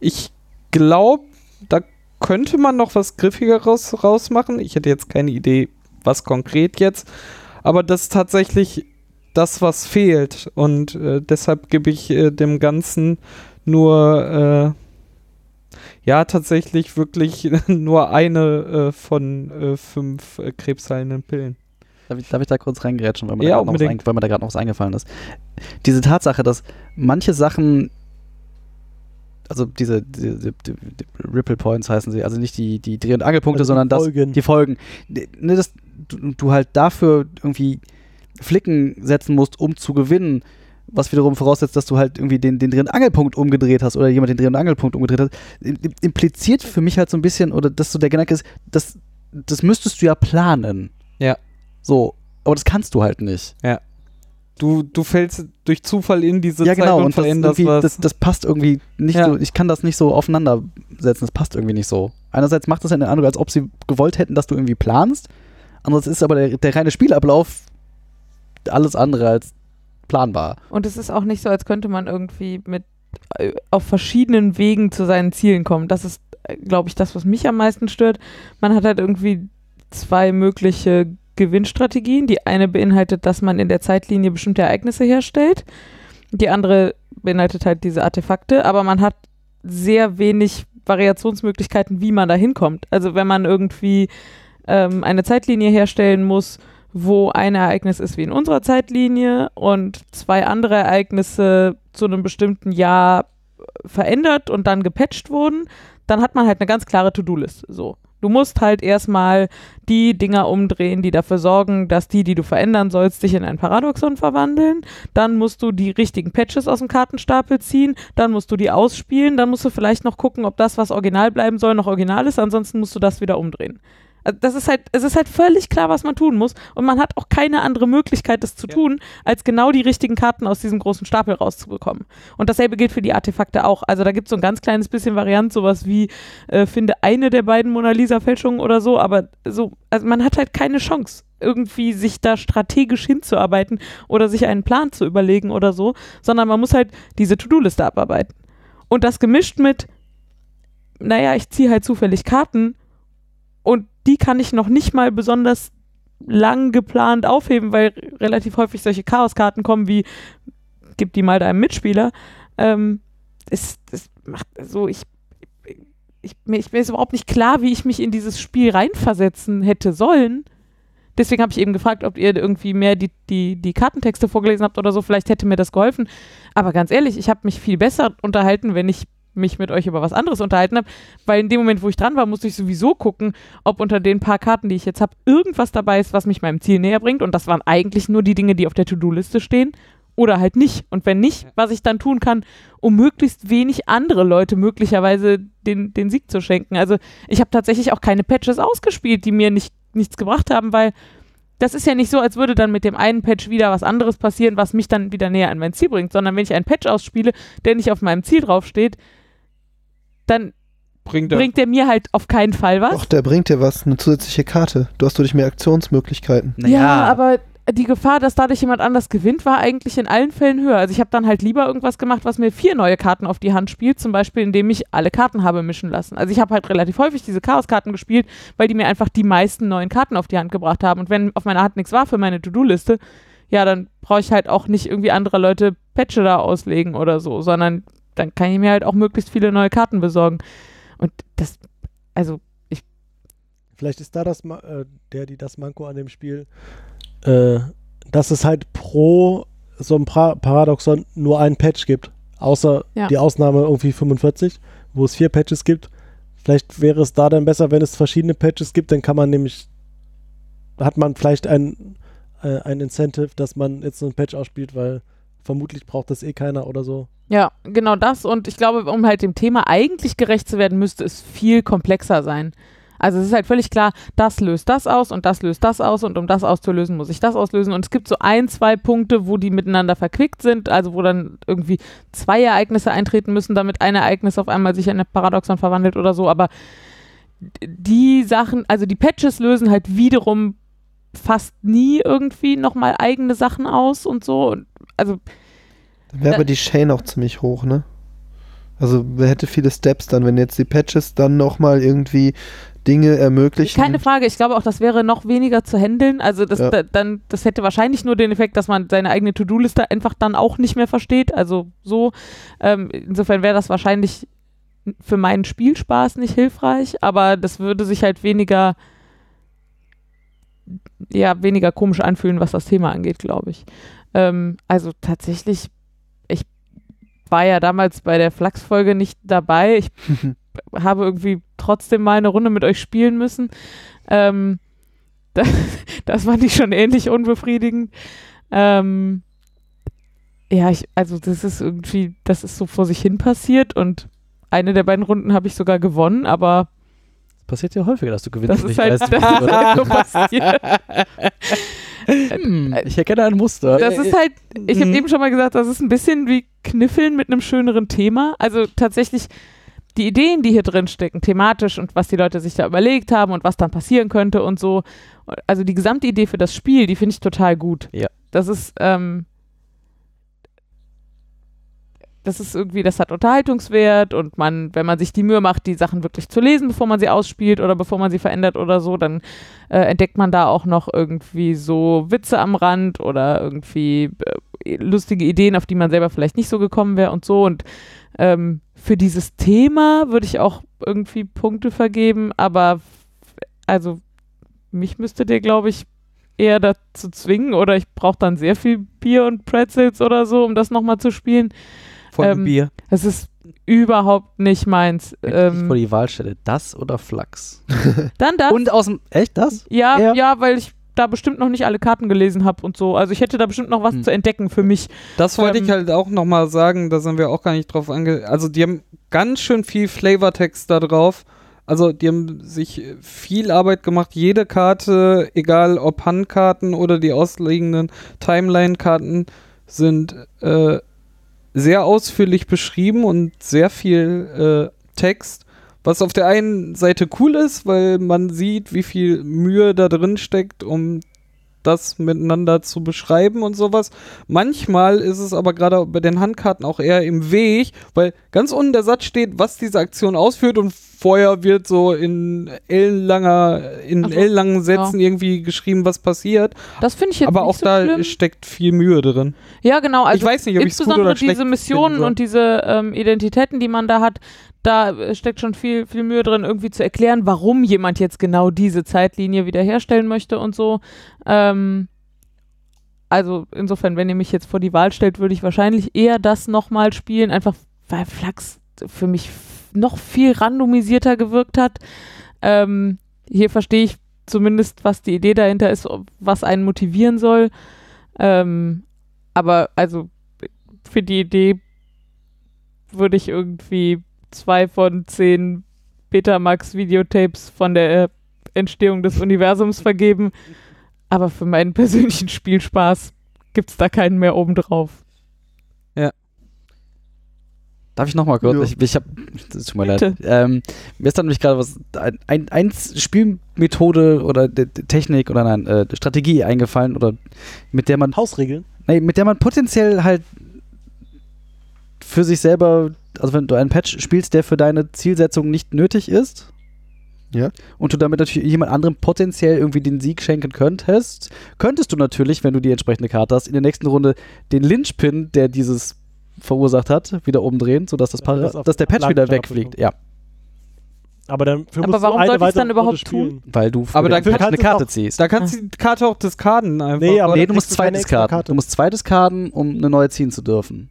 C: ich glaube, da könnte man noch was Griffigeres rausmachen. Ich hätte jetzt keine Idee, was konkret jetzt, aber das ist tatsächlich das, was fehlt und äh, deshalb gebe ich äh, dem Ganzen nur äh, ja tatsächlich wirklich nur eine äh, von äh, fünf äh, krebsheilenden Pillen.
B: Darf ich, darf ich da kurz reingrätschen, weil mir da
C: Ja,
B: gerade noch was
C: unbedingt.
B: ein- weil mir da gerade noch was eingefallen ist. Diese Tatsache, dass manche Sachen, also diese, diese die, die, die Ripple Points heißen sie, also nicht die, die Dreh- und Angelpunkte,
A: Also die
B: sondern
A: Folgen.
B: das, die Folgen, Die- ne, dass du, du halt dafür irgendwie Flicken setzen musst, um zu gewinnen, was wiederum voraussetzt, dass du halt irgendwie den, den Dreh- und Angelpunkt umgedreht hast oder jemand den Dreh- und Angelpunkt umgedreht hat, im- im- impliziert für mich halt so ein bisschen, oder dass so der Gedanke ist, das, das müsstest du ja planen.
C: Ja.
B: So, aber das kannst du halt nicht.
C: Du, du fällst durch Zufall in diese
B: ja, genau,
C: Zeit
B: und das,
C: veränderst
B: irgendwie,
C: was.
B: das, das passt irgendwie nicht
C: Ja.
B: so, ich kann das nicht so aufeinandersetzen, das passt irgendwie nicht so. Einerseits macht das ja den Eindruck, als ob sie gewollt hätten, dass du irgendwie planst, andererseits ist aber der, der reine Spielablauf alles andere als planbar.
E: Und es ist auch nicht so, als könnte man irgendwie mit äh, auf verschiedenen Wegen zu seinen Zielen kommen. Das ist, glaube ich, das, was mich am meisten stört. Man hat halt irgendwie zwei mögliche Gewinnstrategien. Die eine beinhaltet, dass man in der Zeitlinie bestimmte Ereignisse herstellt. Die andere beinhaltet halt diese Artefakte, aber man hat sehr wenig Variationsmöglichkeiten, wie man da hinkommt. Also wenn man irgendwie ähm, eine Zeitlinie herstellen muss, wo ein Ereignis ist wie in unserer Zeitlinie und zwei andere Ereignisse zu einem bestimmten Jahr verändert und dann gepatcht wurden, dann hat man halt eine ganz klare To-Do-List. So. Du musst halt erstmal die Dinger umdrehen, die dafür sorgen, dass die, die du verändern sollst, dich in ein Paradoxon verwandeln. Dann musst du die richtigen Patches aus dem Kartenstapel ziehen. Dann musst du die ausspielen. Dann musst du vielleicht noch gucken, ob das, was original bleiben soll, noch original ist. Ansonsten musst du das wieder umdrehen. Also das ist halt, es ist halt völlig klar, was man tun muss. Und man hat auch keine andere Möglichkeit, das zu
C: Ja.
E: tun, als genau die richtigen Karten aus diesem großen Stapel rauszubekommen. Und dasselbe gilt für die Artefakte auch. Also da gibt es so ein ganz kleines bisschen Varianz, sowas wie, äh, finde eine der beiden Mona Lisa-Fälschungen oder so, aber so, also man hat halt keine Chance, irgendwie sich da strategisch hinzuarbeiten oder sich einen Plan zu überlegen oder so, sondern man muss halt diese To-Do-Liste abarbeiten. Und das gemischt mit, naja, ich ziehe halt zufällig Karten und die kann ich noch nicht mal besonders lang geplant aufheben, weil relativ häufig solche Chaoskarten kommen wie gib die mal deinem Mitspieler. Ähm, es, es macht so, ich, ich, mir, ich mir ist überhaupt nicht klar, wie ich mich in dieses Spiel reinversetzen hätte sollen. Deswegen habe ich eben gefragt, ob ihr irgendwie mehr die, die, die Kartentexte vorgelesen habt oder so. Vielleicht hätte mir das geholfen. Aber ganz ehrlich, ich habe mich viel besser unterhalten, wenn ich mich mit euch über was anderes unterhalten habe, weil in dem Moment, wo ich dran war, musste ich sowieso gucken, ob unter den paar Karten, die ich jetzt habe, irgendwas dabei ist, was mich meinem Ziel näher bringt. Und das waren eigentlich nur die Dinge, die auf der To-Do-Liste stehen oder halt nicht. Und wenn nicht, was ich dann tun kann, um möglichst wenig andere Leute möglicherweise den, den Sieg zu schenken. Also ich habe tatsächlich auch keine Patches ausgespielt, die mir nicht, nichts gebracht haben, weil das ist ja nicht so, als würde dann mit dem einen Patch wieder was anderes passieren, was mich dann wieder näher an mein Ziel bringt, sondern wenn ich einen Patch ausspiele, der nicht auf meinem Ziel draufsteht, dann
C: Bringt er.
E: bringt der mir halt auf keinen Fall was.
D: Doch, der bringt dir was, eine zusätzliche Karte. Du hast durch mehr Aktionsmöglichkeiten.
E: Ja, aber die Gefahr, dass dadurch jemand anders gewinnt, war eigentlich in allen Fällen höher. Also ich habe dann halt lieber irgendwas gemacht, was mir vier neue Karten auf die Hand spielt, zum Beispiel indem ich alle Karten habe mischen lassen. Also ich habe halt relativ häufig diese Chaoskarten gespielt, weil die mir einfach die meisten neuen Karten auf die Hand gebracht haben. Und wenn auf meiner Hand nichts war für meine To-Do-Liste, ja, dann brauche ich halt auch nicht irgendwie andere Leute Patche da auslegen oder so, sondern dann kann ich mir halt auch möglichst viele neue Karten besorgen. Und das, also
A: Vielleicht ist da das Ma- äh, der, die das Manko an dem Spiel, äh, dass es halt pro so ein pra Paradoxon nur einen Patch gibt. Außer
E: Ja.
A: die Ausnahme irgendwie 45, wo es vier Patches gibt. Vielleicht wäre es da dann besser, wenn es verschiedene Patches gibt, dann kann man nämlich, hat man vielleicht ein, äh, ein Incentive, dass man jetzt so ein Patch ausspielt, weil vermutlich braucht das eh keiner oder so.
E: Ja, genau das. Und ich glaube, um halt dem Thema eigentlich gerecht zu werden, müsste es viel komplexer sein. Also es ist halt völlig klar, das löst das aus und das löst das aus und um das auszulösen, muss ich das auslösen. Und es gibt so ein, zwei Punkte, wo die miteinander verquickt sind, also wo dann irgendwie zwei Ereignisse eintreten müssen, damit ein Ereignis auf einmal sich in ein Paradoxon verwandelt oder so. Aber die Sachen, also die Patches lösen halt wiederum fast nie irgendwie nochmal eigene Sachen aus und so. Und Also
D: Dann wäre
E: Da-
D: aber die Chain auch ziemlich hoch, ne? Also wer hätte viele Steps dann, wenn jetzt die Patches dann nochmal irgendwie Dinge ermöglichen.
E: Keine Frage, ich glaube auch, das wäre noch weniger zu handeln. Also das,
D: Ja.
E: da, dann, das hätte wahrscheinlich nur den Effekt, dass man seine eigene To-Do-Liste einfach dann auch nicht mehr versteht. Also so. Ähm, insofern wäre das wahrscheinlich für meinen Spielspaß nicht hilfreich, aber das würde sich halt weniger, ja, weniger komisch anfühlen, was das Thema angeht, glaube ich. Ähm, also tatsächlich, ich war ja damals bei der Flachs-Folge nicht dabei. Ich habe irgendwie trotzdem mal eine Runde mit euch spielen müssen. Ähm, das, das fand ich schon ähnlich unbefriedigend. Ähm, ja, ich, also das ist irgendwie, das ist so vor sich hin passiert und eine der beiden Runden habe ich sogar gewonnen, aber
B: Das passiert ja häufiger, dass du gewinnst.
E: das
B: und
E: ist
B: nicht
E: halt,
B: weißt,
E: das ist
B: wie, oder?
E: halt so passiert.
B: Hm, ich erkenne ein Muster.
E: Das ist halt, ich habe
B: Mhm.
E: eben schon mal gesagt, das ist ein bisschen wie Kniffeln mit einem schöneren Thema. Also tatsächlich die Ideen, die hier drin stecken, thematisch und was die Leute sich da überlegt haben und was dann passieren könnte und so. Also die gesamte Idee für das Spiel, die finde ich total gut.
B: Ja.
E: Das ist, ähm, das ist irgendwie, das hat Unterhaltungswert und man, wenn man sich die Mühe macht, die Sachen wirklich zu lesen, bevor man sie ausspielt oder bevor man sie verändert oder so, dann äh, entdeckt man da auch noch irgendwie so Witze am Rand oder irgendwie äh, lustige Ideen, auf die man selber vielleicht nicht so gekommen wäre und so. Und ähm, für dieses Thema würde ich auch irgendwie Punkte vergeben, aber f- also mich müsstet ihr, glaube ich, eher dazu zwingen oder ich brauche dann sehr viel Bier und Pretzels oder so, um das nochmal zu spielen.
C: Von
E: ähm,
C: Bier.
E: Es ist überhaupt nicht meins.
B: Wenn ich vor
E: Ähm,
B: die Wahl stelle, das oder Flachs?
E: dann das.
B: Und aus dem. Echt das?
E: Ja,
B: Ja.
E: ja, weil ich da bestimmt noch nicht alle Karten gelesen habe und so. Also ich hätte da bestimmt noch was
B: Hm.
E: zu entdecken für mich.
C: Das wollte ich
E: ähm,
C: halt auch nochmal sagen, da sind wir auch gar nicht drauf ange... Also die haben ganz schön viel Flavortext da drauf. Also die haben sich äh, viel Arbeit gemacht. Jede Karte, egal ob Handkarten oder die ausliegenden Timeline-Karten, sind äh, sehr ausführlich beschrieben und sehr viel äh, Text. Was auf der einen Seite cool ist, weil man sieht, wie viel Mühe da drin steckt, um das miteinander zu beschreiben und sowas. Manchmal ist es aber gerade bei den Handkarten auch eher im Weg, weil ganz unten der Satz steht, was diese Aktion ausführt und vorher wird so in ellenlanger, in
E: Ach so,
C: ellenlangen Sätzen irgendwie geschrieben, was passiert.
E: Das finde ich jetzt
C: Aber
E: nicht
C: auch
E: so
C: da
E: schlimm.
C: steckt viel Mühe drin.
E: Ja, genau. Also
C: ich weiß nicht, ob ich es gut
E: insbesondere
C: oder schlecht
E: diese Missionen
C: finden soll.
E: und diese ähm, Identitäten, die man da hat, Da äh, steckt schon viel, viel Mühe drin, irgendwie zu erklären, warum jemand jetzt genau diese Zeitlinie wiederherstellen möchte und so. Ähm, also insofern, wenn ihr mich jetzt vor die Wahl stellt, würde ich wahrscheinlich eher das nochmal spielen, einfach weil Flachs für mich f- noch viel randomisierter gewirkt hat. Ähm, hier verstehe ich zumindest, was die Idee dahinter ist, ob- was einen motivieren soll. Ähm, aber also für die Idee würde ich irgendwie zwei von zehn Betamax-Videotapes von der äh, Entstehung des Universums vergeben. Aber für meinen persönlichen Spielspaß gibt es da keinen mehr obendrauf.
B: Darf ich nochmal kurz?
D: Ja.
B: Ich, ich hab, es tut mir
E: Bitte.
B: leid. Ähm, mir ist dann nämlich gerade was, ein, ein, ein Spielmethode oder de, de Technik oder nein, äh, Strategie eingefallen oder mit der man,
A: Hausregeln.
B: nee, mit der man potenziell halt für sich selber, also wenn du einen Patch spielst, der für deine Zielsetzung nicht nötig ist.
D: Ja.
B: Und du damit natürlich jemand anderem potenziell irgendwie den Sieg schenken könntest, könntest du natürlich, wenn du die entsprechende Karte hast, in der nächsten Runde den Lynchpin, der dieses verursacht hat, wieder umdrehen, sodass das
A: Ja, das
B: Para
A: auf-
B: dass der Patch
A: auf
B: wieder
A: Landkarte
B: wegfliegt. Ja,
A: Aber dann für
E: Aber warum sollte ich's dann überhaupt
A: tun?
B: weil du für
C: Aber
B: den
C: da
B: Patch
A: kannst
B: eine
A: du
B: Karte
A: doch-
B: ziehst.
C: Da kannst du die Karte auch discarden einfach.
A: Nee, aber-
C: oder?
B: nee,
A: da
B: du musst
A: kriegst du keine
B: zweites
A: extra
B: Karten.
A: Karte.
B: Du musst zweites Karten, um eine neue ziehen zu dürfen.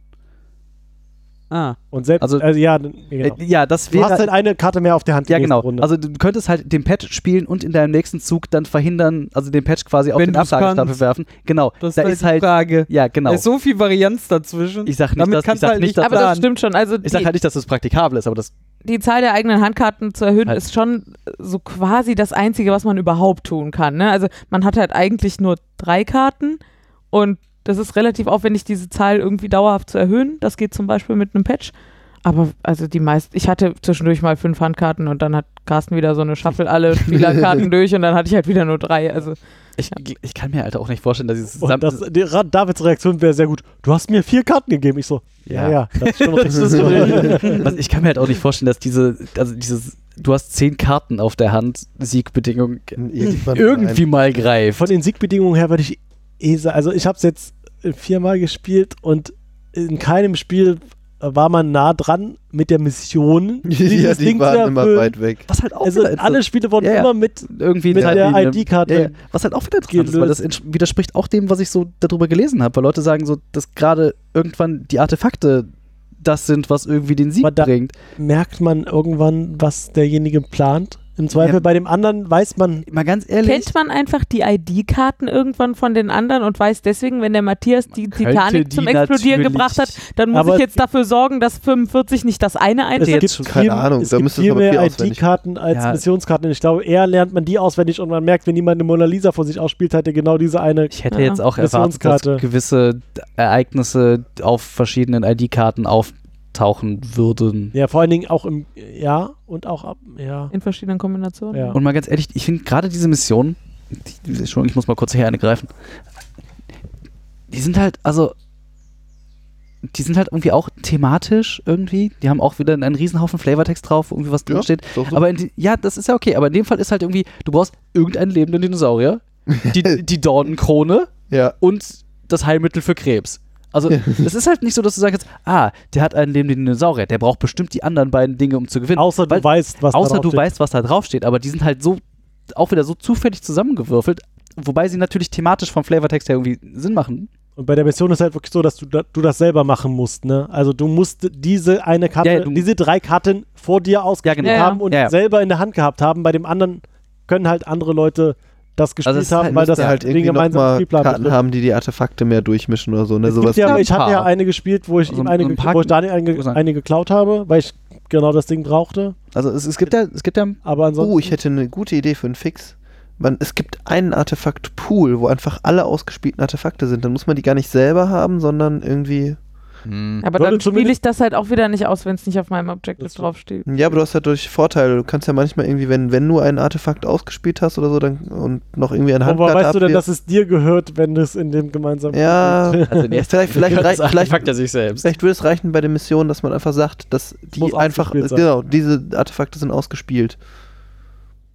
C: Ah.
A: Und selbst, also,
B: Also-
A: ja, dann- genau.
B: Äh, ja, das
A: du
B: wäre
A: hast halt eine Karte mehr auf der Hand. die
B: Ja,
A: nächste
B: genau.
A: Runde.
B: Also du könntest halt den Patch spielen und in deinem nächsten Zug dann verhindern, also den Patch quasi auf
C: Wenn
B: den
C: du's
B: Ablagestapel
C: kannst.
B: werfen. Genau.
C: Das
B: da
C: ist,
B: ist halt.
C: die Frage.
B: Ja, genau.
C: Da ist so viel Varianz dazwischen.
B: Ich sag nicht,
C: Damit
B: dass- ich
C: kannst
B: sag
C: halt
B: nicht, dass-
E: Aber das
C: planen.
E: stimmt schon. Also
B: Ich sag
E: die-
B: halt nicht, dass das praktikabel ist, aber das.
E: die Zahl der eigenen Handkarten zu erhöhen,
B: Halt.
E: ist schon so quasi das Einzige, was man überhaupt tun kann. Ne? Also man hat halt eigentlich nur drei Karten und das ist relativ aufwendig, diese Zahl irgendwie dauerhaft zu erhöhen. Das geht zum Beispiel mit einem Patch. Aber also die meisten, ich hatte zwischendurch mal fünf Handkarten und dann hat Carsten wieder so eine Shuffle alle Spielerkarten durch und dann hatte ich halt wieder nur drei. Also
B: Ich, ich kann mir halt auch nicht vorstellen, dass dieses
A: Und
B: zusammen.
A: das, die, Ra- Davids Reaktion wäre sehr gut. Du hast mir vier Karten gegeben. Ich so, ja, ja, das ist schon richtig. Das ist schon richtig.
B: Was, ich kann mir halt auch nicht vorstellen, dass diese, also dieses, du hast zehn Karten auf der Hand, Siegbedingung
D: Irgendwann
B: irgendwie mal greift.
A: Von den Siegbedingungen her würde ich eh sagen, also ich habe es jetzt äh, viermal gespielt und in keinem Spiel äh, war man nah dran mit der Mission.
D: Nein. ja,
A: dieses
D: die
A: Ding zu
D: waren immer
A: erfüllen.
D: weit weg.
B: Was halt auch
A: Also
B: wieder interessant-
A: alle Spiele wurden
B: Ja, ja.
A: immer mit
B: irgendwie
A: mit
B: eine
A: der
B: Zeitlinie-
A: ID-Karte.
B: Ja, ja. Was halt auch wieder interessant ist, weil das ents- widerspricht auch dem, was ich so darüber gelesen habe, weil Leute sagen so, dass gerade irgendwann die Artefakte das sind, was irgendwie den Sieg
A: Aber da-
B: bringt.
A: merkt man irgendwann, was derjenige plant. Im Zweifel
B: Ja.
A: bei dem anderen weiß man,
B: Mal ganz ehrlich,
E: kennt man einfach die ID-Karten irgendwann von den anderen und weiß deswegen, wenn der Matthias die
B: könnte
E: Titanic
B: die
E: zum Explodieren
B: natürlich-
E: gebracht hat, dann muss
A: Aber
E: ich
A: es
E: jetzt dafür sorgen, dass 45 nicht das eine
A: es
E: eintritt.
A: gibt
B: jetzt schon-
A: viel,
D: keine Ahnung,
A: es
D: da
A: gibt
D: müsstest du
A: viel
D: aber viel
A: mehr
D: auswendig.
A: ID-Karten als
B: Ja.
A: Missionskarten. Und Ich glaube, eher lernt man die auswendig und man merkt, wenn jemand eine Mona Lisa vor sich ausspielt, hat er genau diese eine.
B: ich hätte
E: Ja.
B: jetzt auch erwartet, dass
A: Missionskarte.
B: gewisse Ereignisse auf verschiedenen ID-Karten auftauchen würden.
A: Ja, vor allen Dingen auch im Ja und auch ab. Ja.
E: In verschiedenen Kombinationen.
A: Ja.
B: Und mal ganz ehrlich, ich finde gerade diese Missionen, die, Entschuldigung, ich muss mal kurz hier eine greifen, die sind halt, also, die sind halt irgendwie auch thematisch irgendwie. Die haben auch wieder einen Riesenhaufen Flavortext drauf, irgendwie was
D: Ja,
B: drinsteht.
D: ist auch so.
B: Aber in die, ja, das ist ja okay, aber in dem Fall ist halt irgendwie, du brauchst irgendeinen lebenden Dinosaurier, die, die Dornenkrone
D: ja.
B: und das Heilmittel für Krebs. Also, es ist halt nicht so, dass du sagst, ah, der hat einen lebenden Dinosaurier, der braucht bestimmt die anderen beiden Dinge, um zu gewinnen.
A: Außer du
B: Weil-
A: weißt, was
B: Außer
A: darauf
B: du
A: steht.
B: weißt, was da draufsteht, aber die sind halt so auch wieder so zufällig zusammengewürfelt, wobei sie natürlich thematisch vom Flavortext her irgendwie Sinn machen.
A: Und bei der Mission ist halt wirklich so, dass du, da, du das selber machen musst, ne? Also du musst diese eine Karte,
B: Ja, ja, du-
A: diese drei Karten vor dir ausgespielt
B: genau.
E: Ja, ja.
A: haben und
B: Ja, ja.
A: selber in der Hand gehabt haben. Bei dem anderen können halt andere Leute das gespielt
B: es ist
A: haben,
B: halt-
A: weil das
D: da halt
A: den
D: irgendwie
A: gemeinsamen
D: nochmal
A: Spielplan
D: Karten
A: betrifft.
D: haben, die die Artefakte mehr durchmischen oder so. Ne?
A: Es gibt
D: Sowas
A: ja,
B: Ja,
A: aber
B: ein
A: ich hatte ja
B: paar.
A: eine gespielt, wo ich,
B: Also
A: ihm
B: ein-
A: eine,
B: ein
A: ge-
B: paar-
A: wo ich Daniel
B: Muss
A: eine,
B: sein.
A: eine geklaut habe, weil ich genau das Ding brauchte.
B: Also es, es gibt ja, es gibt ja,
A: Aber ansonsten.
D: Oh, ich hätte eine gute Idee für einen Fix. Man, es gibt einen Artefakt-Pool, wo einfach alle ausgespielten Artefakte sind. Dann muss man die gar nicht selber haben, sondern irgendwie.
E: Aber
A: Würde
E: dann spiele
A: zumindest-
E: ich das halt auch wieder nicht aus, wenn es nicht auf meinem Objective
A: Das-
E: draufsteht.
D: Ja, aber du hast ja durch Vorteile. Du kannst ja manchmal irgendwie, wenn, wenn du ein Artefakt ausgespielt hast oder so, dann und noch irgendwie eine
A: aber
D: Handkarte
A: weißt du denn,
D: abwirfst-
A: dass es dir gehört, wenn es in dem gemeinsamen
D: Ja.
A: Spielplan-
B: also
D: Ja, vielleicht, vielleicht, reicht, vielleicht,
B: er sich selbst.
D: vielleicht würde es reichen bei der Mission, dass man einfach sagt, dass die
A: Muss
D: einfach.
A: ausgespielt sein.
D: Genau, diese Artefakte sind ausgespielt.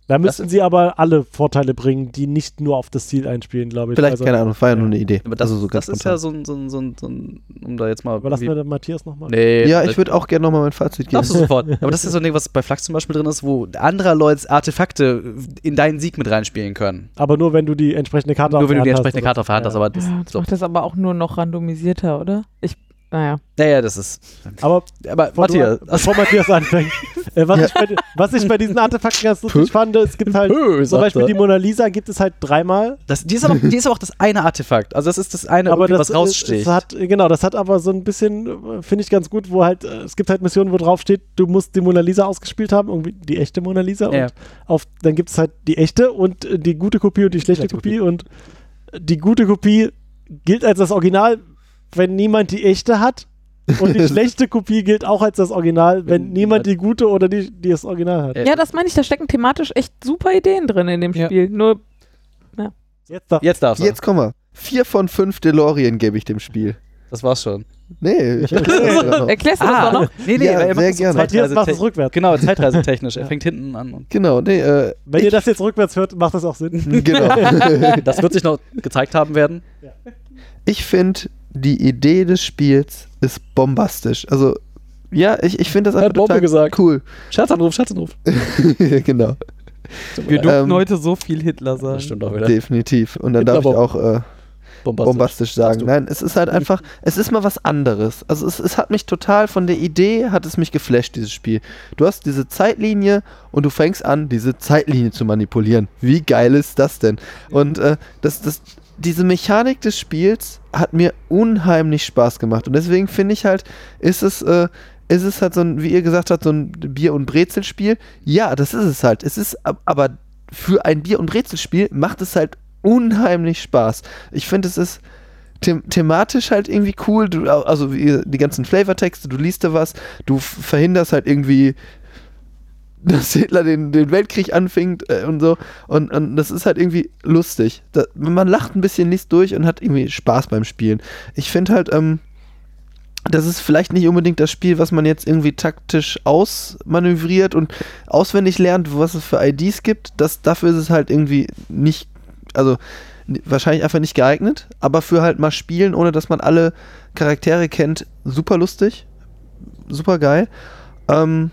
A: Da müssten sie aber alle Vorteile bringen, die nicht nur auf das Ziel einspielen, glaube ich.
D: Vielleicht,
A: also,
D: keine Ahnung, war ja nur eine Idee.
B: Aber das,
D: also so ganz
B: das ist
D: spontan.
B: ja so ein, so ein, so ein, so ein um da jetzt mal.
A: Überlassen wir
B: irgendwie-
A: den Matthias nochmal.
B: nee,
D: ja,
B: das-
D: ich würde auch gerne nochmal mein Fazit geben.
B: Darfst du sofort. Aber das ist ja so ein Ding, was bei Flux zum Beispiel drin ist, wo anderer Leute Artefakte in deinen Sieg mit reinspielen können.
A: Aber nur, wenn du die entsprechende Karte
B: Nur
A: auf
B: wenn
A: der
B: du die
A: Hand hast,
B: entsprechende
A: oder?
B: Karte auf der Hand hast,
A: Ja.
B: aber das,
E: Ja, das
B: so.
E: macht das aber auch nur noch randomisierter, oder? Ich, naja.
B: Naja, das ist.
A: Aber
B: Aber
A: bevor,
B: Matthias,
A: du,
B: also,
A: bevor Matthias anfängt, äh, was, ich bei, was ich bei diesen Artefakten ganz lustig fand, es gibt halt,
B: Pö,
A: zum
B: sagt
A: Beispiel
B: er.
A: die Mona Lisa gibt es halt dreimal,
B: das, die, ist aber, die ist aber auch das eine Artefakt. Also das ist das eine,
A: aber
B: irgendwie,
A: das,
B: was
A: ist,
B: raussticht.
A: es hat, genau, das hat aber so ein bisschen, äh, finde ich ganz gut, wo halt, äh, es gibt halt Missionen, wo drauf steht, du musst die Mona Lisa ausgespielt haben, irgendwie die echte Mona Lisa
B: Ja.
A: und auf, dann gibt es halt die echte und äh, die gute Kopie und die schlechte
B: Schlechte
A: Kopie und äh, die gute Kopie gilt als das Original, wenn niemand die echte hat. Und die schlechte Kopie gilt auch als das Original, wenn
B: Wenn
A: niemand
B: niemand-
A: die gute oder die, die das Original hat.
B: Ja.
E: Ja, das meine ich, da stecken thematisch echt super Ideen drin in dem
C: Ja.
E: Spiel. Nur,
A: Jetzt darf
B: Jetzt darfst du.
D: Jetzt komm mal. Vier von fünf DeLorean gebe ich dem Spiel.
B: Das war's schon.
D: Nee, ich erklär's dir gerade noch.
E: erklärst du
B: Ah.
E: das doch noch?
B: nee, nee,
D: Ja,
B: er macht
D: sehr
B: das so
A: Matthias
D: gerne.
A: macht es
B: zeitreisetechnisch.
A: rückwärts.
B: Genau, zeitreisetechnisch. Er fängt hinten an. Und
D: Genau, nee, äh,
A: Wenn ihr das jetzt rückwärts hört, macht das auch Sinn.
D: genau.
B: das wird sich noch gezeigt haben werden.
D: Ich finde, die Idee des Spiels ist bombastisch. Also, ja, ich, ich finde das
B: Hat
D: einfach
B: Bombe
D: total
B: gesagt.
D: cool.
B: Scherzanruf, Scherzanruf.
D: genau,
C: Wir durften
D: Ähm,
C: heute so viel Hitler sagen.
B: Das stimmt auch wieder.
D: definitiv. Und dann darf ich auch äh, bombastisch sagen. Nein, es ist halt einfach, es ist mal was anderes. Also es, es hat mich total von der Idee, hat es mich geflasht, dieses Spiel. Du hast diese Zeitlinie und du fängst an, diese Zeitlinie zu manipulieren. Wie geil ist das denn? Und äh, das, das, diese Mechanik des Spiels hat mir unheimlich Spaß gemacht. Und deswegen finde ich halt, ist es... Äh, ist es halt so ein, wie ihr gesagt habt, so ein Bier- und Brezelspiel. Ja, das ist es halt. Es ist, ab- aber für ein Bier- und Brezelspiel macht es halt unheimlich Spaß. Ich finde, es ist them thematisch halt irgendwie cool. Du, also wie, die ganzen Flavortexte, du liest da was, du f- verhinderst halt irgendwie, dass Hitler den, den Weltkrieg anfängt äh, und so. Und, und das ist halt irgendwie lustig. Da, man lacht ein bisschen, liest durch und hat irgendwie Spaß beim Spielen. Ich finde halt, ähm, das ist vielleicht nicht unbedingt das Spiel, was man jetzt irgendwie taktisch ausmanövriert und auswendig lernt, was es für IDs gibt. Das, dafür ist es halt irgendwie nicht, also n- wahrscheinlich einfach nicht geeignet, aber für halt mal spielen, ohne dass man alle Charaktere kennt, super lustig, super geil. Ähm,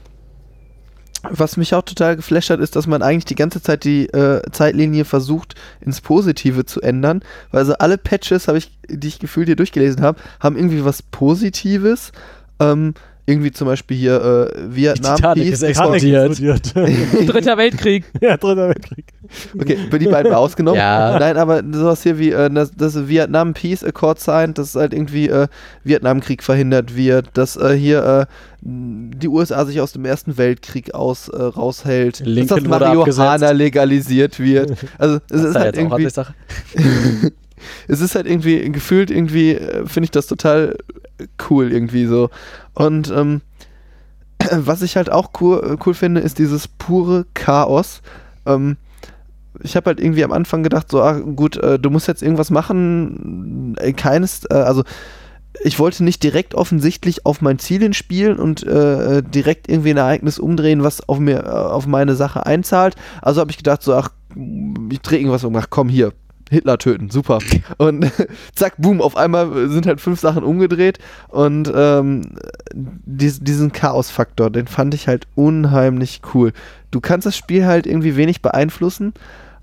D: was mich auch total geflasht hat, ist, dass man eigentlich die ganze Zeit die äh, Zeitlinie versucht, ins Positive zu ändern. Weil also alle Patches, hab ich, die ich gefühlt hier durchgelesen habe, haben irgendwie was Positives. Ähm, irgendwie zum Beispiel hier äh, Vietnam.
B: Titanic
D: Peace.
B: ist explodiert.
E: Dritter Weltkrieg.
A: ja, dritter Weltkrieg.
D: Okay, bin die beiden mal ausgenommen.
B: Ja.
D: Nein, aber sowas hier wie äh, das, das Vietnam Peace Accord signed, dass halt irgendwie äh, Vietnamkrieg verhindert wird, dass äh, hier äh, die USA sich aus dem Ersten Weltkrieg aus äh, raushält,
B: Lincoln
D: dass das
B: wurde
D: Marihuana
B: abgesetzt.
D: legalisiert wird. Also es ist
B: da
D: halt
B: jetzt auch
D: irgendwie
B: ordentlich Sache.
D: es ist halt irgendwie gefühlt irgendwie, äh, finde ich das total äh, cool irgendwie so. Und ähm, was ich halt auch cool, cool finde, ist dieses pure Chaos. Ähm, ich habe halt irgendwie am Anfang gedacht, so, ah, gut, äh, du musst jetzt irgendwas machen. Äh, Keines, äh, also ich wollte nicht direkt offensichtlich auf mein Ziel hinspielen und äh, direkt irgendwie ein Ereignis umdrehen, was auf mir, äh, auf meine Sache einzahlt. Also habe ich gedacht, so, ach, ich drehe irgendwas um, ach komm hier, Hitler töten, super. Und zack, boom, auf einmal sind halt fünf Sachen umgedreht und ähm, dies, diesen Chaos-Faktor, den fand ich halt unheimlich cool. Du kannst das Spiel halt irgendwie wenig beeinflussen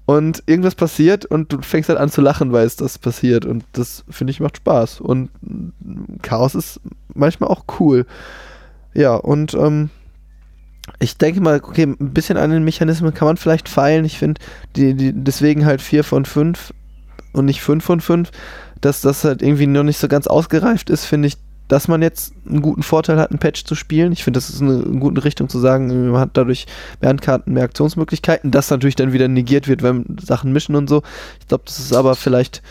D: und irgendwas passiert und du fängst halt an zu lachen, weil es das passiert und das, finde ich, macht Spaß. Und mm, Chaos ist manchmal auch cool. Ja, und ähm, ich denke mal, okay, ein bisschen an den Mechanismen kann man vielleicht feilen. Ich finde, die, die, deswegen halt 4 von 5 und nicht 5 von 5, dass das halt irgendwie noch nicht so ganz ausgereift ist, finde ich, dass man jetzt einen guten Vorteil hat, einen Patch zu spielen. Ich finde, das ist eine gute Richtung zu sagen, man hat dadurch mehr Handkarten, mehr Aktionsmöglichkeiten, das natürlich dann wieder negiert wird, wenn Sachen mischen und so. Ich glaube, das ist aber vielleicht,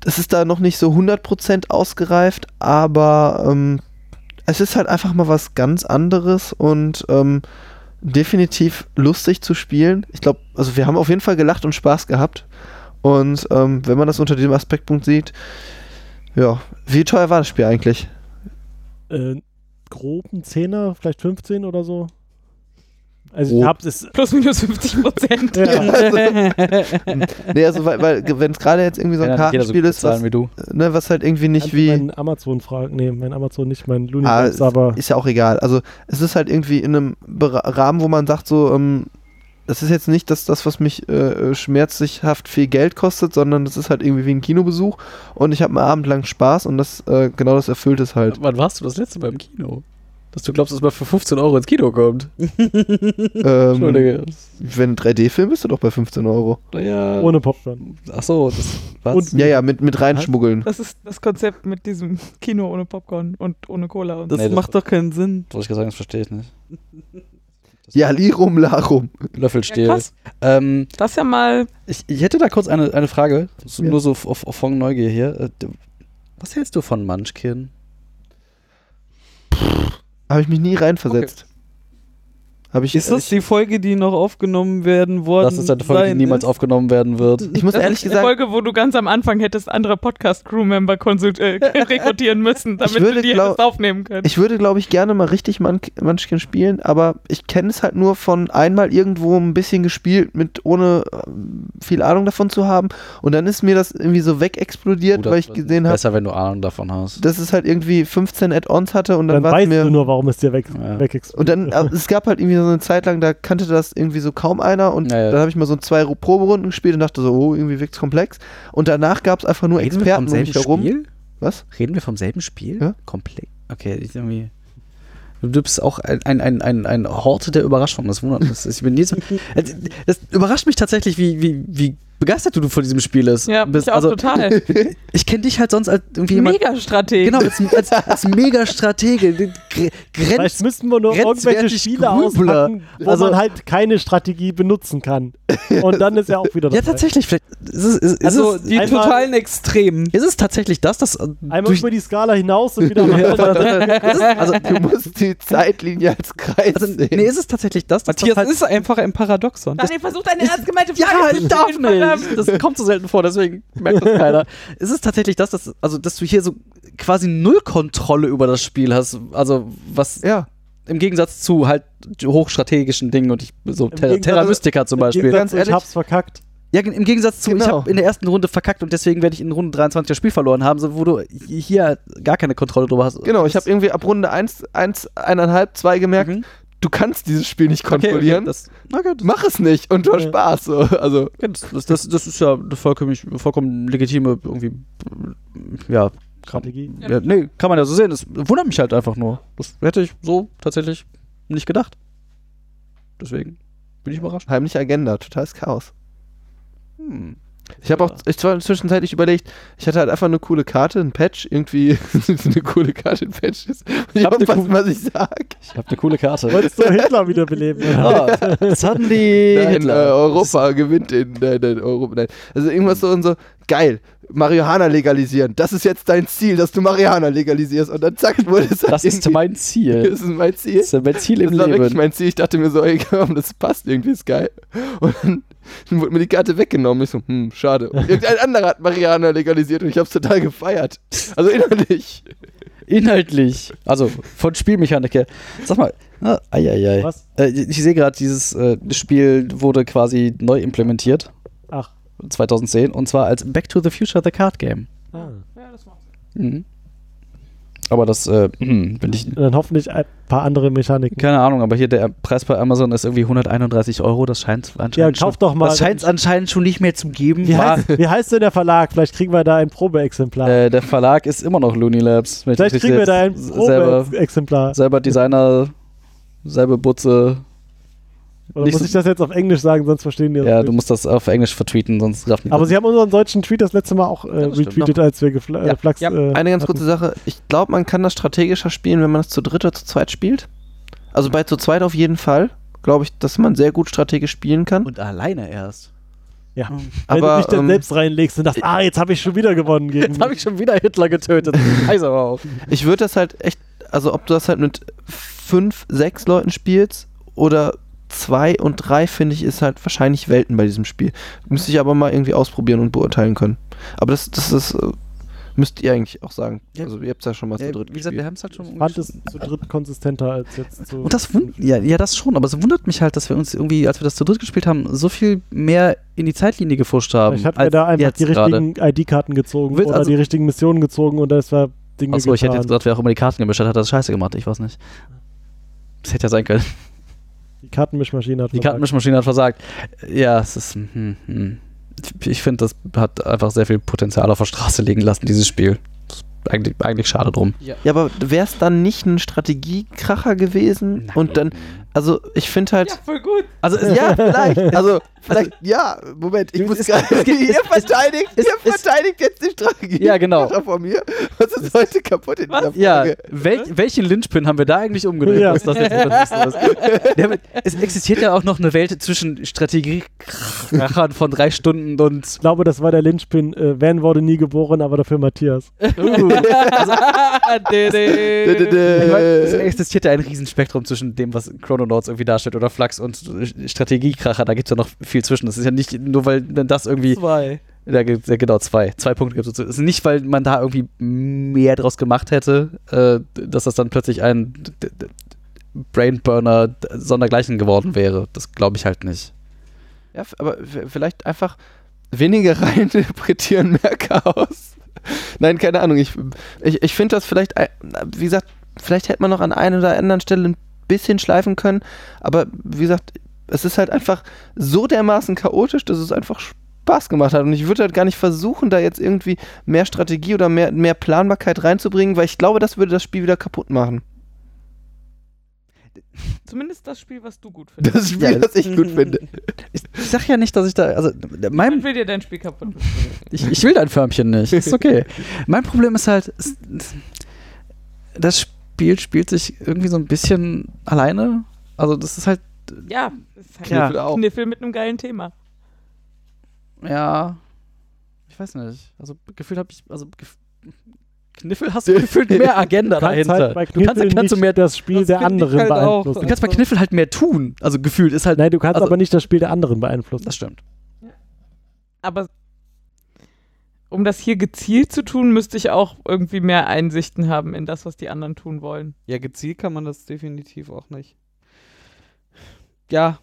D: das ist da noch nicht so 100% ausgereift, aber ähm, es ist halt einfach mal was ganz anderes und ähm, definitiv lustig zu spielen. Ich glaube, also wir haben auf jeden Fall gelacht und Spaß gehabt. Und ähm, wenn man das unter diesem Aspektpunkt sieht, ja, wie teuer war das Spiel eigentlich?
A: Äh, groben Zehner, vielleicht 15 oder so. Also ich
B: Oh.
A: habe es.
E: Plus minus 50 Prozent.
A: Ja.
D: Nee, also, weil, weil wenn es gerade jetzt irgendwie so ein Kartenspiel ist, was,
B: zahlen wie du.
D: ne, was halt irgendwie nicht
A: Kannst du
D: wie.
A: meinen Amazon fragen. Nee, mein Amazon nicht, mein Looney
D: Ah,
A: Tunes, aber
D: Ist ja auch egal. Also, es ist halt irgendwie in einem Bera- Rahmen, wo man sagt, so, ähm, das ist jetzt nicht das, das was mich äh, schmerzlichhaft viel Geld kostet, sondern das ist halt irgendwie wie ein Kinobesuch und ich habe einen Abend lang Spaß und das äh, genau das erfüllt es halt.
B: Wann warst du das letzte Mal im Kino? Dass du glaubst, dass man für 15 Euro ins Kino kommt.
D: ähm,
B: Entschuldige.
D: wenn 3D-Film bist du doch bei 15 Euro.
B: Naja.
A: ohne Popcorn.
B: Ach so, das Hm. was?
A: Und-
D: Ja, ja, mit, mit reinschmuggeln.
E: Das ist das Konzept mit diesem Kino ohne Popcorn und ohne Cola. Und
B: Das Nee, das- macht
E: doch keinen Sinn.
B: Soll ich gerade sagen, das verstehe ich nicht.
D: Ja, Lirum Larum.
B: Löffelstiel.
E: Ja, krass.
B: ähm,
E: Das ist ja mal
B: ich, ich hätte da kurz eine, eine Frage. Das ist
D: Ja.
B: Nur so auf, auf, auf von Neugier hier. Äh, d- Was hältst du von Munchkin?
D: Habe ich mich nie reinversetzt. Hab ich,
C: Ist das
D: ich,
C: die Folge, die noch aufgenommen werden worden?
B: Das ist eine Folge, die
C: sein ne?
B: niemals
C: ist?
B: aufgenommen werden wird.
D: ich muss
E: das
D: ehrlich
E: ist die
D: gesagt,
E: Folge, wo du ganz am Anfang hättest andere Podcast-Crew-Member konsult- äh, rekrutieren müssen, damit du
D: würde
E: die
D: glaub-
E: hättest aufnehmen können.
D: Ich würde, glaube ich, gerne mal richtig Man Munchkin spielen, aber ich kenne es halt nur von einmal irgendwo ein bisschen gespielt, mit ohne ähm, viel Ahnung davon zu haben. Und dann ist mir das irgendwie so wegexplodiert,
B: Oder
D: weil ich gesehen habe,
B: Besser, wenn du Ahnung davon hast.
D: dass es halt irgendwie 15 Add-ons hatte und
A: Dann
D: dann, war es
A: weißt
D: mir.
A: du nur, warum es dir weg,
B: Ja.
A: weg
D: und dann, aber es gab halt irgendwie so eine Zeit lang, da kannte das irgendwie so kaum einer und
B: Naja.
D: dann habe ich mal so zwei Ru- Proberunden gespielt und dachte so, oh, irgendwie wirkt's komplex. Und danach gab es einfach nur Experten um mich herum.
B: Spiel?
D: Was?
B: Reden wir vom selben Spiel?
D: Ja.
B: Komplex. Okay, ich irgendwie. Du bist auch ein, ein, ein, ein, ein Horte der Überraschung. Das wundert mich. Ich bin jedes Mal- Also, das überrascht mich tatsächlich, wie, wie, wie begeistert du von diesem Spiel ist,
E: ja,
B: bist.
E: ich auch
B: also,
E: total.
B: ich kenne dich halt sonst als irgendwie jemand.
E: Mega-Strategie.
B: Genau, als, als, als Megastratege. Gre-
A: Vielleicht
B: Grenz,
A: müssten wir nur irgendwelche
B: grenzwertig
A: Spiele
B: Grübler.
A: auspacken, wo
B: Also-
A: man halt keine Strategie benutzen kann. Und dann ist ja auch wieder
B: ja,
A: dabei.
B: tatsächlich. Vielleicht ist es, ist, ist
C: Also
B: es,
C: die
A: einmal-
C: totalen Extremen.
B: ist es tatsächlich das, das. äh,
A: Einmal
B: durch-
A: über die Skala hinaus und wieder mal.
B: also,
D: Du musst die Zeitlinie als Kreis
B: also,
D: sehen.
B: nee, ist es tatsächlich das, das
C: Matthias
B: das halt-
C: ist einfach ein Paradoxon.
E: Daniel, versuch deine ernst gemeinte
B: Ja,
E: Frage
B: ich
E: zu
B: darf
E: stellen, verdammt.
B: nicht. Das kommt so selten vor, deswegen merkt das keiner. Ist es tatsächlich das, dass, also, dass du hier so quasi null Kontrolle über das Spiel hast? Also, was
D: ja.
B: im Gegensatz zu halt hochstrategischen Dingen und ich, so Terra,
A: Gegensatz-
B: Terra Mystica zum Beispiel.
A: Ganz
D: Ganz
A: ehrlich,
D: ehrlich-
A: ich hab's verkackt.
B: Ja, im Gegensatz zu, ich
D: Genau.
B: habe in der ersten Runde verkackt und deswegen werde ich in Runde 23 das Spiel verloren haben, so, wo du hier gar keine Kontrolle drüber hast.
D: Genau, ich habe irgendwie ab Runde 1, 1, 1,5, 2 gemerkt,
B: Mhm.
D: du kannst dieses Spiel nicht
B: Okay,
D: kontrollieren.
B: Okay, das, na gut,
D: Mach es nicht und du hast
A: Ja.
D: Spaß. So. Also,
B: Ja, Das, das, das, das ist ja eine vollkommen, vollkommen legitime irgendwie, ja, kann,
A: Strategie.
B: ja, nee, kann man ja so sehen. Das wundert mich halt einfach nur. Das hätte ich so tatsächlich nicht gedacht. Deswegen bin ich überrascht.
D: heimliche Agenda, totales Chaos.
B: Hm.
D: Ich habe auch ich zwar zwischenzeitlich überlegt, ich hatte halt einfach eine coole Karte, ein Patch, irgendwie eine coole Karte, ein Patch ist. Ich
B: hab
D: hab
B: ne
D: was,
B: coole-
D: was ich sag.
B: Ich habe eine coole Karte.
A: Wolltest du Hitler wiederbeleben? Ja.
B: ah, suddenly
D: Nein, äh,
B: Hitler.
D: Europa gewinnt in nein, nein, Europa, nein. Also irgendwas so und so, geil, Marihuana legalisieren. Das ist jetzt dein Ziel, dass du Marihuana legalisierst. Und dann zack, wurde es halt
B: das ist
D: irgendwie-
B: mein Ziel.
D: das ist mein Ziel.
B: Das ist mein Ziel im
D: das war wirklich
B: Leben.
D: mein Ziel. Ich dachte mir so, ey, komm, das passt irgendwie, ist geil. Und dann wurde mir die Karte weggenommen. Ich so, hm, schade. Und irgendein anderer hat Mariana legalisiert und ich hab's total gefeiert. Also innerlich.
B: Inhaltlich. Also von Spielmechanik her. Sag mal, ah, ei, ei, ei.
A: Was?
B: Äh, ich sehe gerade, dieses äh, Spiel wurde quasi neu implementiert.
A: Ach.
B: 2010 und zwar als Back to the Future The Card Game.
A: Ah.
B: Mhm. Aber das äh, hm, bin ich.
A: Dann hoffentlich ein paar andere Mechaniken.
B: Keine Ahnung, aber hier der Preis bei Amazon ist irgendwie 131 Euro. Das scheint anscheinend,
A: Ja, kauf doch mal.
B: das scheint's anscheinend schon nicht mehr zu geben.
A: Wie
B: War,
A: heißt, wie heißt denn der Verlag? Vielleicht kriegen wir da ein Probeexemplar.
B: äh, der Verlag ist immer noch Looney Labs. wenn ich
A: Vielleicht
B: das
A: kriegen wir da ein
B: richtig jetzt selber,
A: Probeexemplar.
B: selber Designer, selber Butze.
A: Oder
B: nicht
A: muss
B: so-
A: ich das jetzt auf Englisch sagen, sonst verstehen die das
B: Ja,
A: nicht.
B: du musst das auf Englisch vertweeten, sonst raffen die
A: Aber
B: das
A: sie haben unseren deutschen Tweet das letzte Mal auch äh,
B: das stimmt.
A: retweetet, als wir gefla
B: Ja,
A: äh, Flachs.
B: ja.
A: Äh,
D: Eine ganz kurze Sache. Ich glaube, man kann das strategischer spielen, wenn man es zu dritt oder zu zweit spielt.
B: Mhm.
D: Also bei zu zweit auf jeden Fall. Glaube ich, dass man sehr gut strategisch spielen
B: nicht.
D: kann.
B: Und alleine erst.
A: Ja. Wenn
D: Aber,
A: du dich dann
D: ähm,
A: selbst reinlegst und sagst, ah, jetzt habe ich schon wieder gewonnen gegen.
B: Jetzt habe ich schon wieder Hitler getötet. Scheiße aber auch.
D: Ich würde das halt echt, also ob du das halt mit fünf, sechs Leuten spielst oder zwei und drei, finde ich, ist halt wahrscheinlich Welten bei diesem Spiel. Müsste ich aber mal irgendwie ausprobieren und beurteilen können. Aber das, das ist, äh, Müsst ihr eigentlich auch sagen.
B: Ja.
D: Also ihr habt ja schon mal zu dritt
B: wie gesagt, wir
D: gespielt.
B: haben es halt schon
A: Fand es zu dritt konsistenter als jetzt zu.
B: Und das wund ja, ja, das schon, aber es wundert mich halt, dass wir uns irgendwie, als wir das zu dritt gespielt haben, so viel mehr in die Zeitlinie gefuscht haben.
A: Ich hatte mir
B: als
A: da einfach
B: jetzt
A: die
B: gerade.
A: richtigen ID-Karten gezogen
B: Will-
A: oder
B: also-
A: die richtigen Missionen gezogen und das war Dinge
B: Achso, ich hätte jetzt
A: getan.
B: gesagt, wer auch immer die Karten gemischt hat, hat das scheiße gemacht. Ich weiß nicht. Das hätte ja sein können.
A: die Kartenmischmaschine hat
B: Die
A: versagt.
B: Kartenmischmaschine hat versagt. Ja, es ist. Hm, hm. Ich finde, das hat einfach sehr viel Potenzial auf der Straße liegen lassen, dieses Spiel. Das ist Eigentlich, eigentlich schade drum.
D: Ja, aber wäre es dann nicht ein Strategiekracher gewesen? Und dann, also ich finde halt.
E: Ja, voll gut.
B: Also, es,
D: Ja, vielleicht. Also, vielleicht, ja, Moment, ich
B: Es-
D: muss
B: es-
D: gerade.
B: es-
D: Ihr
B: es-
D: verteidigt,
B: es-
D: ihr
B: es-
D: verteidigt jetzt die Strategie.
B: Ja, genau.
D: Von mir. Was ist heute kaputt in dieser
B: Ja,
D: Folge?
B: wel welchen Lynchpin haben wir da eigentlich umgedreht,
A: Ja.
B: dass das jetzt das nächste ist? Ja, aber es existiert ja auch noch eine Welt zwischen Strategiekrachern von drei Stunden und.
A: Ich glaube, das war der Lynchpin. Äh, Van wurde nie geboren, aber dafür Matthias.
B: uh,
D: Dö, dö,
C: Dede.
B: Ich mein, es
D: dö.
B: existiert ja ein Riesenspektrum zwischen dem, was Chrononauts irgendwie darstellt oder Flux und Strategiekracher. Da gibt es ja noch viel zwischen. Das ist ja nicht nur, weil dann das irgendwie.
C: Zwei.
B: Da gibt's ja genau zwei. Zwei Punkte gibt es dazu. Es ist nicht, weil man da irgendwie mehr draus gemacht hätte, äh, dass das dann plötzlich ein d- d- Brainburner d- sondergleichen geworden wäre. Das glaube ich halt nicht.
D: Ja, f- aber f- vielleicht einfach weniger rein interpretieren, mehr Chaos. Nein, keine Ahnung. Ich, ich, ich finde das vielleicht, ein- wie gesagt, vielleicht hätte man noch an einer oder anderen Stelle ein bisschen schleifen können, aber wie gesagt, es ist halt einfach so dermaßen chaotisch, dass es einfach Spaß gemacht hat. Und ich würde halt gar nicht versuchen, da jetzt irgendwie mehr Strategie oder mehr, mehr Planbarkeit reinzubringen, weil ich glaube, das würde das Spiel wieder kaputt machen.
E: Zumindest das Spiel, was du gut findest.
D: Das Spiel,
B: Ja,
D: das ich gut finde.
B: Ich, ich sag ja nicht, dass ich da. Also, mein,
E: Niemand will dir dein Spiel kaputt machen.
B: Ich, ich will dein Förmchen nicht. Ist okay. mein Problem ist halt, es- das Spiel spielt sich irgendwie so ein bisschen alleine. Also, das ist halt,
E: Ja, ist halt
B: Ja.
E: ein Kniffel mit einem geilen Thema.
B: ja. Ich weiß nicht. Also, gefühlt habe ich. Also, gef Kniffel hast du gefühlt mehr Agenda dahinter.
A: halt bei
B: du kannst,
A: Kniffel
B: kannst du
A: nicht
B: mehr.
A: das Spiel
C: Das
A: der
C: find ich
A: anderen
C: halt auch.
A: beeinflussen.
B: Du kannst bei Kniffel halt mehr tun. Also, gefühlt ist halt.
A: Nein, du kannst
B: also-
A: aber nicht das Spiel der anderen beeinflussen.
B: Das stimmt.
E: Aber um das hier gezielt zu tun, müsste ich auch irgendwie mehr Einsichten haben in das, was die anderen tun wollen.
C: Ja, gezielt kann man das definitiv auch nicht. Ja,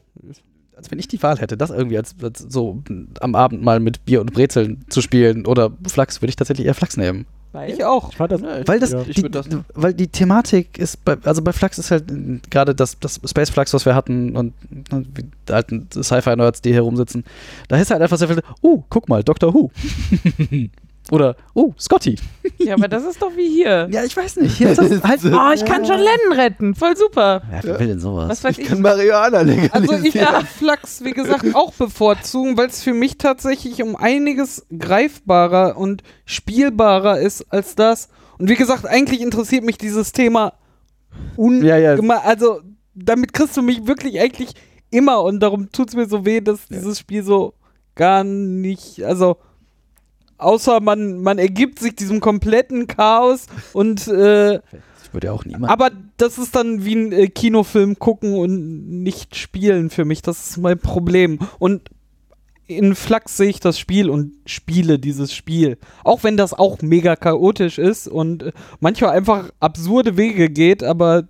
B: Als wenn ich die Wahl hätte, das irgendwie als, als so am Abend mal mit Bier und Brezeln zu spielen oder Flachs, würde ich tatsächlich eher Flachs nehmen.
E: Weil
C: ich auch.
A: Ich fand das.
B: Weil das,
A: Ja.
D: Ich
B: die,
D: würd das-
B: weil die Thematik ist, bei, also bei Flux ist halt äh, gerade das, das Space Flux, was wir hatten und, und die alten Sci-Fi-Nerds, die hier rumsitzen, da ist halt einfach sehr viel, oh, guck mal, Doctor Who. Oder, oh, Scotty.
E: Ja, aber das ist doch wie hier.
B: Ja, ich weiß nicht. Hier ist das halt, ah.
E: Oh, ich kann schon Lennon retten. Voll super.
B: Wer will denn sowas?
E: Was weiß ich.
D: Kann Marihuana legalisieren.
C: Also ich darf Flachs, wie gesagt, auch bevorzugen, weil es für mich tatsächlich um einiges greifbarer und spielbarer ist als das. Und wie gesagt, eigentlich interessiert mich dieses Thema ungemein.
B: Ja, ja.
C: Also damit kriegst du mich wirklich eigentlich immer und darum tut es mir so weh, dass dieses Spiel so gar nicht, also außer man, man ergibt sich diesem kompletten Chaos und äh,
B: Ich würde ja auch niemand.
C: aber das ist dann wie ein äh, Kinofilm gucken und nicht spielen für mich. Das ist mein Problem. Und in Flachs sehe ich das Spiel und spiele dieses Spiel. Auch wenn das auch mega chaotisch ist und äh, manchmal einfach absurde Wege geht, aber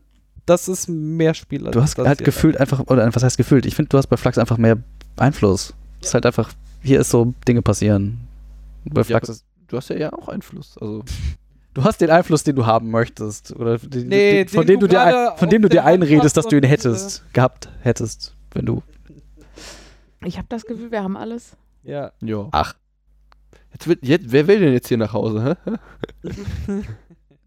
C: das ist mehr Spiel. als
B: Du hast
C: das
B: halt
C: hier.
B: gefühlt einfach, oder was heißt gefühlt? Ich finde, du hast bei Flux einfach mehr Einfluss. Es ist halt einfach, hier ist so, Dinge passieren. Bei
D: Ja,
B: Flux
D: aber du hast ja, ja auch Einfluss. Also
B: Du hast den Einfluss, den du haben möchtest. Oder den,
C: Nee,
B: den, von,
C: den
B: dem du
C: du
B: dir,
C: gerade
B: ein- von
C: auf
B: dem du dir
C: der Hand
B: einredest,
C: hast
B: dass du ihn
E: äh,
C: und,
B: hättest, gehabt hättest, wenn du.
E: Ich habe das Gefühl, wir haben alles.
C: Ja.
D: Ja.
B: Ach.
D: ah, Jetzt wird, jetzt, wer will denn jetzt hier nach Hause? Hä?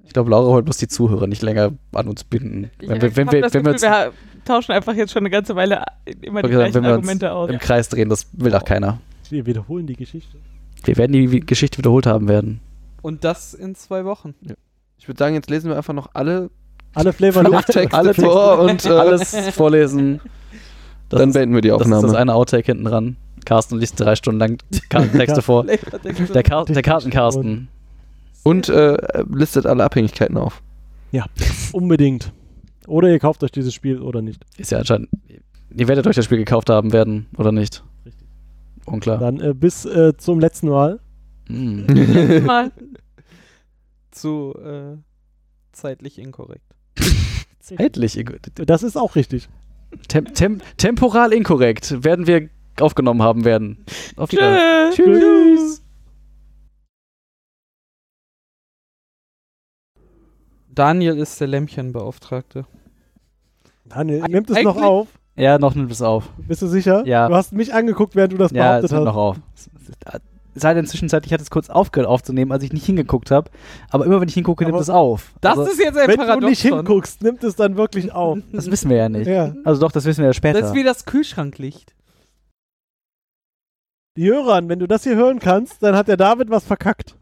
B: Ich glaube, Laura wollte bloß die Zuhörer nicht länger an uns binden.
E: Ich
B: Wenn wir, wenn
E: hab
B: wir,
E: das
B: wenn wir uns
E: Gefühl, wir tauschen einfach jetzt schon eine ganze Weile äh, immer die
B: Wollte sagen,
E: gleichen
B: wenn wir uns
E: Argumente aus.
B: im Kreis drehen, das will doch keiner.
A: Wir wiederholen die Geschichte.
B: Wir werden die Wi- Geschichte wiederholt haben werden.
C: Und das in zwei Wochen.
D: Ich würde sagen, jetzt lesen wir einfach noch alle
A: Alle Flavor
D: Fluchttext
B: alle
D: vor und äh,
B: Alles vorlesen. Das
D: dann
B: ist,
D: beenden wir die
B: das ist das
D: Aufnahme.
B: eine Outtake hinten dran. Carsten liest drei Stunden lang Kartentexte vor. Der, Kar der Karten-Carsten.
D: Und äh, listet alle Abhängigkeiten auf.
A: Unbedingt. Oder ihr kauft euch dieses Spiel oder nicht.
B: Ist ja anscheinend. Ihr werdet euch das Spiel gekauft haben werden, oder nicht?
A: Richtig.
B: Unklar.
A: Dann äh, bis äh, zum letzten Mal.
B: Mm.
E: Letztes Mal.
C: zu äh, zeitlich inkorrekt.
B: Zeitlich. inko-
A: Das ist auch richtig.
B: Tem tem temporal inkorrekt werden wir aufgenommen haben werden. Auf Wiedersehen.
E: Tschüss.
A: Tschüss.
C: Daniel ist der Lämmchenbeauftragte.
A: Daniel, nimmt es noch
C: Eigentlich-
A: auf.
B: Ja, noch nimmt es auf.
A: Bist du sicher?
B: Ja.
A: Du hast mich angeguckt, während du das
B: Ja, es
A: behauptet
B: nimmt
A: hast.
B: noch auf. Es sei denn, zwischenzeitlich hat es kurz aufgehört aufzunehmen, als ich nicht hingeguckt habe. Aber immer wenn ich hingucke, nimmt
A: Aber-
B: es auf.
C: Das
B: also,
C: ist jetzt ein
A: Wenn
C: Paradoxon.
A: du nicht hinguckst, nimmt es dann wirklich auf.
B: das wissen wir ja nicht.
A: ja.
B: Also doch, das wissen wir ja später.
C: Das ist wie das Kühlschranklicht.
A: Jöran, wenn du das hier hören kannst, dann hat der David was verkackt.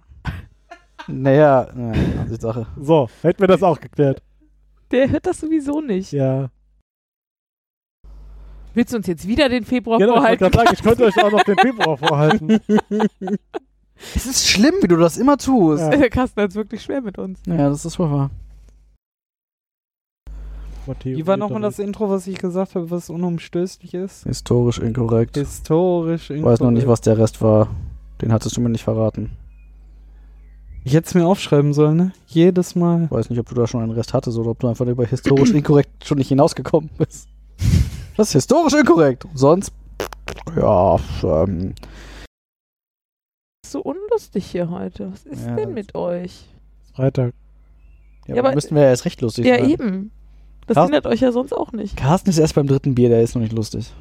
B: naja, naja, die Sache.
A: So, hätten wir das auch geklärt.
E: Der hört das sowieso nicht.
A: Ja.
E: Willst du uns jetzt wieder den Februar
A: Genau, ich wollte
E: vorhalten?
A: gerade sagen, ich konnte euch auch noch den Februar vorhalten.
B: Es ist schlimm, wie du das immer tust.
A: Ja.
E: Der Carsten hat es wirklich schwer mit uns.
B: Ja, das ist wohl wahr.
A: Matteo
C: Wie war nochmal das
A: Litterich.
C: Intro, was ich gesagt habe, was unumstößlich ist?
B: Historisch inkorrekt. Ich
C: Historisch. Ich
B: weiß noch nicht, was der Rest war. Den hattest du mir nicht verraten.
C: Ich hätte es mir aufschreiben sollen, ne? Jedes Mal.
B: Ich weiß nicht, ob du da schon einen Rest hattest oder ob du einfach über historisch inkorrekt schon nicht hinausgekommen bist. Das ist historisch inkorrekt. Sonst, ja, ähm,
E: Ist so unlustig hier heute. Was ist
B: Ja,
E: denn
B: das-
E: mit euch?
A: Freitag.
B: ja,
E: Ja,
B: aber
E: aber-
B: müssten wir ja erst recht lustig
E: Ja,
B: sein.
E: eben. Das
B: Carsten-
E: hindert euch ja sonst auch nicht.
B: Carsten ist erst beim dritten Bier, der ist noch nicht lustig.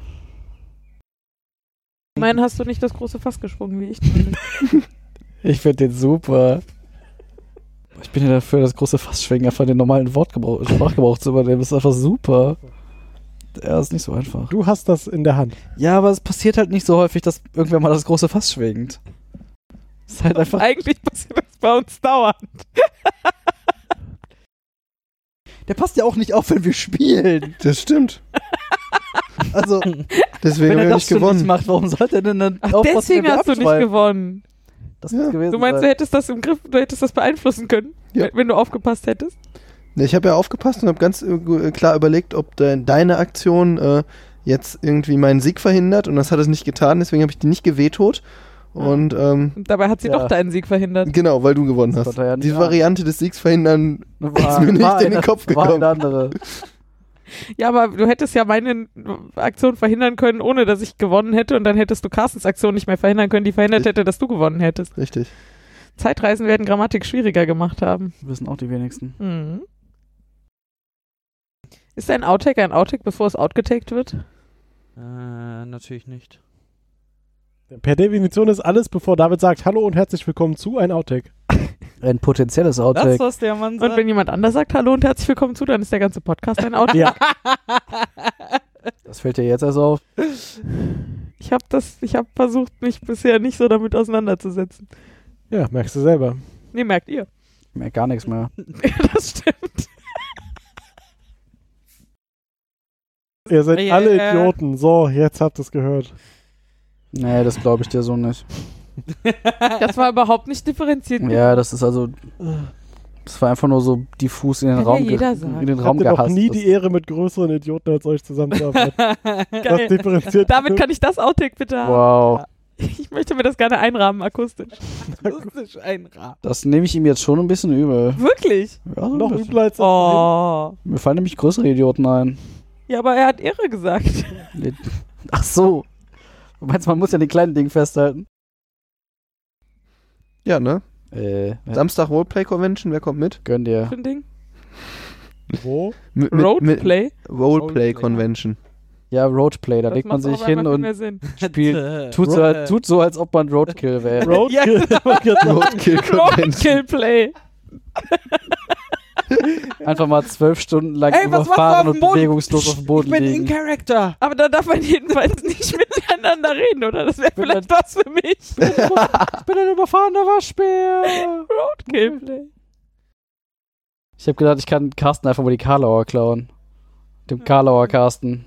E: Ich meine, hast du nicht das große Fass gesprungen, wie ich.
B: Ich finde den super. Ich bin ja dafür, das große Fassschwingen einfach den normalen Wortgebrauch, Sprachgebrauch zu übernehmen. Das ist einfach super. Ja, ist nicht so einfach.
A: Du hast das in der Hand.
B: Ja, aber es passiert halt nicht so häufig, dass irgendwer mal das große Fass schwingt. Ist halt einfach.
E: Eigentlich passiert das bei uns dauernd.
B: Der passt ja auch nicht auf, wenn wir spielen.
D: Das stimmt.
B: Also,
D: Deswegen
B: wenn
D: haben
B: er
D: wir
B: das
D: nicht
B: schon nicht
D: gewonnen.
B: macht, warum sollte er denn dann
E: Ach,
B: aufpassen,
E: deswegen
B: wenn wir
E: hast du nicht
B: abschweifen?
E: gewonnen.
B: Das muss
D: Ja.
B: gewesen
E: Du meinst, du
B: sein.
E: hättest das im Griff, du hättest das beeinflussen können,
D: Ja.
E: wenn- wenn du aufgepasst hättest.
D: Nee, Ich habe ja aufgepasst und habe ganz äh, klar überlegt, ob de deine Aktion äh, jetzt irgendwie meinen Sieg verhindert. Und das hat es nicht getan, deswegen habe ich die nicht gewehttot. Und ähm,
E: Und dabei hat sie
B: Ja.
E: doch deinen Sieg verhindert.
D: genau, weil du gewonnen
B: Das
D: hast.
B: konnte er ja nicht
D: Diese
B: ahnen.
D: Variante des Siegs verhindern
B: war,
D: ist mir nicht
B: war
D: in
B: eine-
D: den Kopf
B: War
D: gekommen.
B: eine andere.
E: Ja, aber du hättest ja meine Aktion verhindern können, ohne dass ich gewonnen hätte. Und dann hättest du Carstens Aktion nicht mehr verhindern können, die verhindert hätte, dass du gewonnen hättest.
D: Richtig.
E: Zeitreisen werden Grammatik schwieriger gemacht haben.
B: Wissen auch die wenigsten.
E: Mhm. Ist ein Outtake ein Outtake, bevor es outgetaked wird?
C: Äh, natürlich nicht.
A: Per Definition ist alles, bevor David sagt Hallo und herzlich willkommen zu ein Outtake.
B: Ein potenzielles
C: Das,
B: Outtake.
C: was der Mann
E: Und
C: sagt.
E: wenn jemand anders sagt Hallo und herzlich willkommen zu, dann ist der ganze Podcast ein Outtake.
A: Ja.
B: Das fällt dir jetzt erst auf.
E: Ich habe das, ich habe versucht, mich bisher nicht so damit auseinanderzusetzen.
A: Ja, merkst du selber.
E: Nee, merkt ihr.
B: Mehr gar nichts mehr.
E: das stimmt.
A: Ihr seid
C: Ja,
E: äh,
A: alle
C: ja.
A: Idioten. So, jetzt habt ihr es gehört.
B: Nee, das glaube ich dir so nicht.
E: Das war überhaupt nicht differenziert.
B: Ja, das ist also. Das war einfach nur so diffus in den
E: Kann ja
B: Raum, ge-
E: jeder sagen.
B: in den Raum
A: Habt ihr doch
B: gehasst.
A: nie
B: Das-
A: die Ehre, mit größeren Idioten als euch zusammenzuarbeiten. Das
E: Geil.
A: differenziert.
E: Damit kann ich das Outtake bitte haben.
B: wow.
E: Ich möchte mir das gerne einrahmen, akustisch.
C: Akustisch ein Rad.
B: Das nehme ich ihm jetzt schon ein bisschen übel.
E: Wirklich?
B: Ja, so ein
A: noch
B: bisschen.
A: übler als
E: Oh.
B: Mir fallen nämlich größere Idioten ein.
E: Ja, aber er hat Ehre gesagt.
B: Ach so. Du meinst, man muss ja den kleinen Ding festhalten?
D: Ja, ne?
B: Äh, ja,
D: Samstag Roleplay Convention, wer kommt mit?
B: gönn dir.
E: Für ein Ding.
A: Wo?
D: mit, mit Mit
E: Roadplay.
D: Roleplay
C: Roleplay.
D: Convention.
B: Ja, Roadplay, da
E: Das
B: legt man
E: macht's auf
B: sich hin
E: einmal viel
B: und
E: Mehr Sinn.
B: spielt. Tut so,
C: Äh,
B: tut so, als ob man Roadkill wäre.
A: Roadkill.
E: Ja,
D: Roadkill Convention.
E: Roadkillplay.
B: Einfach mal zwölf Stunden lang
C: Ey, was machst du auf
B: überfahren
C: dem
B: und
C: Boden?
B: bewegungslos auf dem Boden
C: ich bin in
B: liegen.
C: Character.
E: Aber da darf man jedenfalls nicht miteinander reden, oder? Das wäre vielleicht was für mich.
B: Ich bin ein überfahrener Waschbär.
E: Roadkillplay.
B: Ich habe gedacht, ich kann Carsten einfach mal die Karlauer klauen. Dem Karlauer Carsten.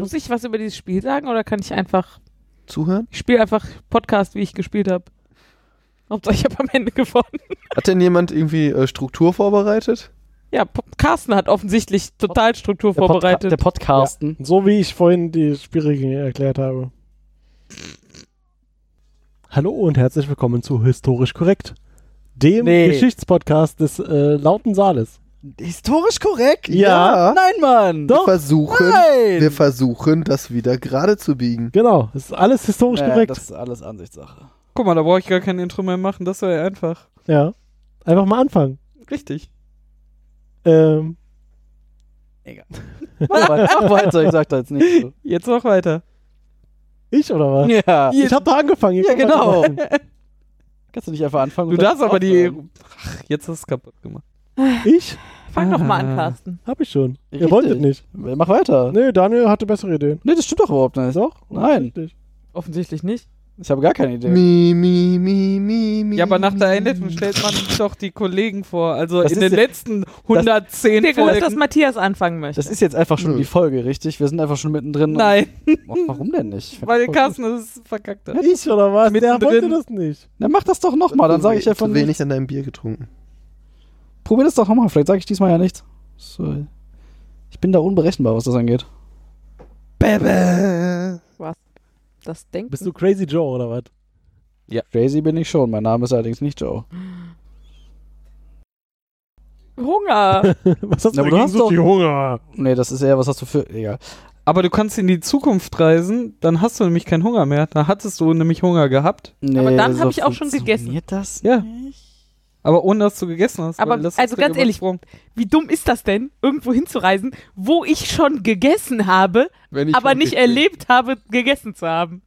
E: Muss ich was über dieses Spiel sagen oder kann ich einfach.
D: Zuhören?
E: Ich spiele einfach Podcast, wie ich gespielt habe. Hauptsache, ich habe am Ende gewonnen.
D: Hat denn jemand irgendwie äh, Struktur vorbereitet?
E: Ja, Po- Carsten hat offensichtlich total Struktur
B: Der Podca-
E: vorbereitet.
B: Der Podcasten.
A: So wie ich vorhin die Spielregeln erklärt habe. Hallo und herzlich willkommen zu Historisch Korrekt. dem
B: Nee.
A: Geschichtspodcast des äh, Lauten Saales.
B: Historisch korrekt?
A: Ja.
B: Nein, Mann.
A: Doch.
D: Wir versuchen,
B: Nein.
D: wir versuchen, das wieder gerade zu biegen.
A: Genau, das ist alles historisch
B: Naja,
A: korrekt.
B: Äh, Das ist alles Ansichtssache.
C: Guck mal, da brauche ich gar kein Intro mehr machen. Das war ja einfach.
A: Ja. Einfach mal anfangen.
C: Richtig.
A: Ähm,
B: Mach weiter, mach weiter, ich sag da jetzt nicht so.
C: Jetzt noch weiter.
A: ich oder was?
B: Ja.
A: Ich hab da angefangen. ihr
B: Ja,
A: könnt
B: genau.
A: weitermachen.
B: Kannst du nicht einfach anfangen?
C: Du
B: und ähm,
C: darfst
B: dann
C: aber die.
B: aufhören?
C: Ach, jetzt hast du es kaputt gemacht.
A: Ich?
E: Fang doch mal an,
C: Ah.
E: Carsten.
A: Hab ich schon. Ihr
B: Richtig.
A: wolltet nicht.
B: Mach weiter.
A: Nee, Daniel hatte bessere Ideen.
B: Nee, das stimmt doch überhaupt nicht.
A: Doch?
B: Nein.
A: Richtig.
E: Offensichtlich nicht.
B: Ich habe gar keine Idee.
D: Mi, mi, mi, mi, mi.
C: Ja, aber nach der Einleitung stellt man doch die Kollegen vor. Also
B: Das
C: in
B: ist
C: den
B: ja-
C: letzten 110
E: Digga, lass das
C: Folgen.
E: Matthias anfangen möchte.
B: Das ist jetzt einfach schon
D: Nö.
B: die Folge, richtig? Wir sind einfach schon mittendrin.
C: Nein,
B: Och, warum denn nicht?
C: weil Carsten es verkackt hat.
A: Ich oder was? Der
C: Mittendrin.
A: wollte das nicht.
B: Dann mach das doch nochmal, dann sage ich ja von
D: Zu
B: nichts.
D: wenig an deinem Bier getrunken.
B: Probier das doch nochmal, vielleicht sage ich diesmal ja nichts. So. Ich bin da unberechenbar, was das angeht.
D: Bäbä.
E: das denkt
A: Bist du Crazy Joe oder was?
B: Ja. Crazy bin ich schon, mein Name ist allerdings nicht Joe.
E: Hunger.
A: was hast
B: Na, aber du
A: dagegen?
B: hast
A: So
B: doch-
A: viel Hunger?
B: Nee, das ist eher, was hast du für. Egal.
C: Aber du kannst in die Zukunft reisen, dann hast du nämlich keinen Hunger mehr. Da hattest du nämlich Hunger gehabt,
B: Nee,
E: Aber dann hab
B: so
E: ich auch schon
B: funktioniert
E: gegessen.
B: das
C: Ja.
B: nicht?
C: aber ohne dass du gegessen hast.
E: Aber,
C: weil das
E: also
C: hast du ja
E: ganz ehrlich,
C: übersprungen.
E: Wie dumm ist das denn, irgendwo hinzureisen, wo ich schon gegessen habe,
F: Wenn ich
E: aber
F: schon
E: nicht
F: richtig-
E: erlebt habe, gegessen zu haben?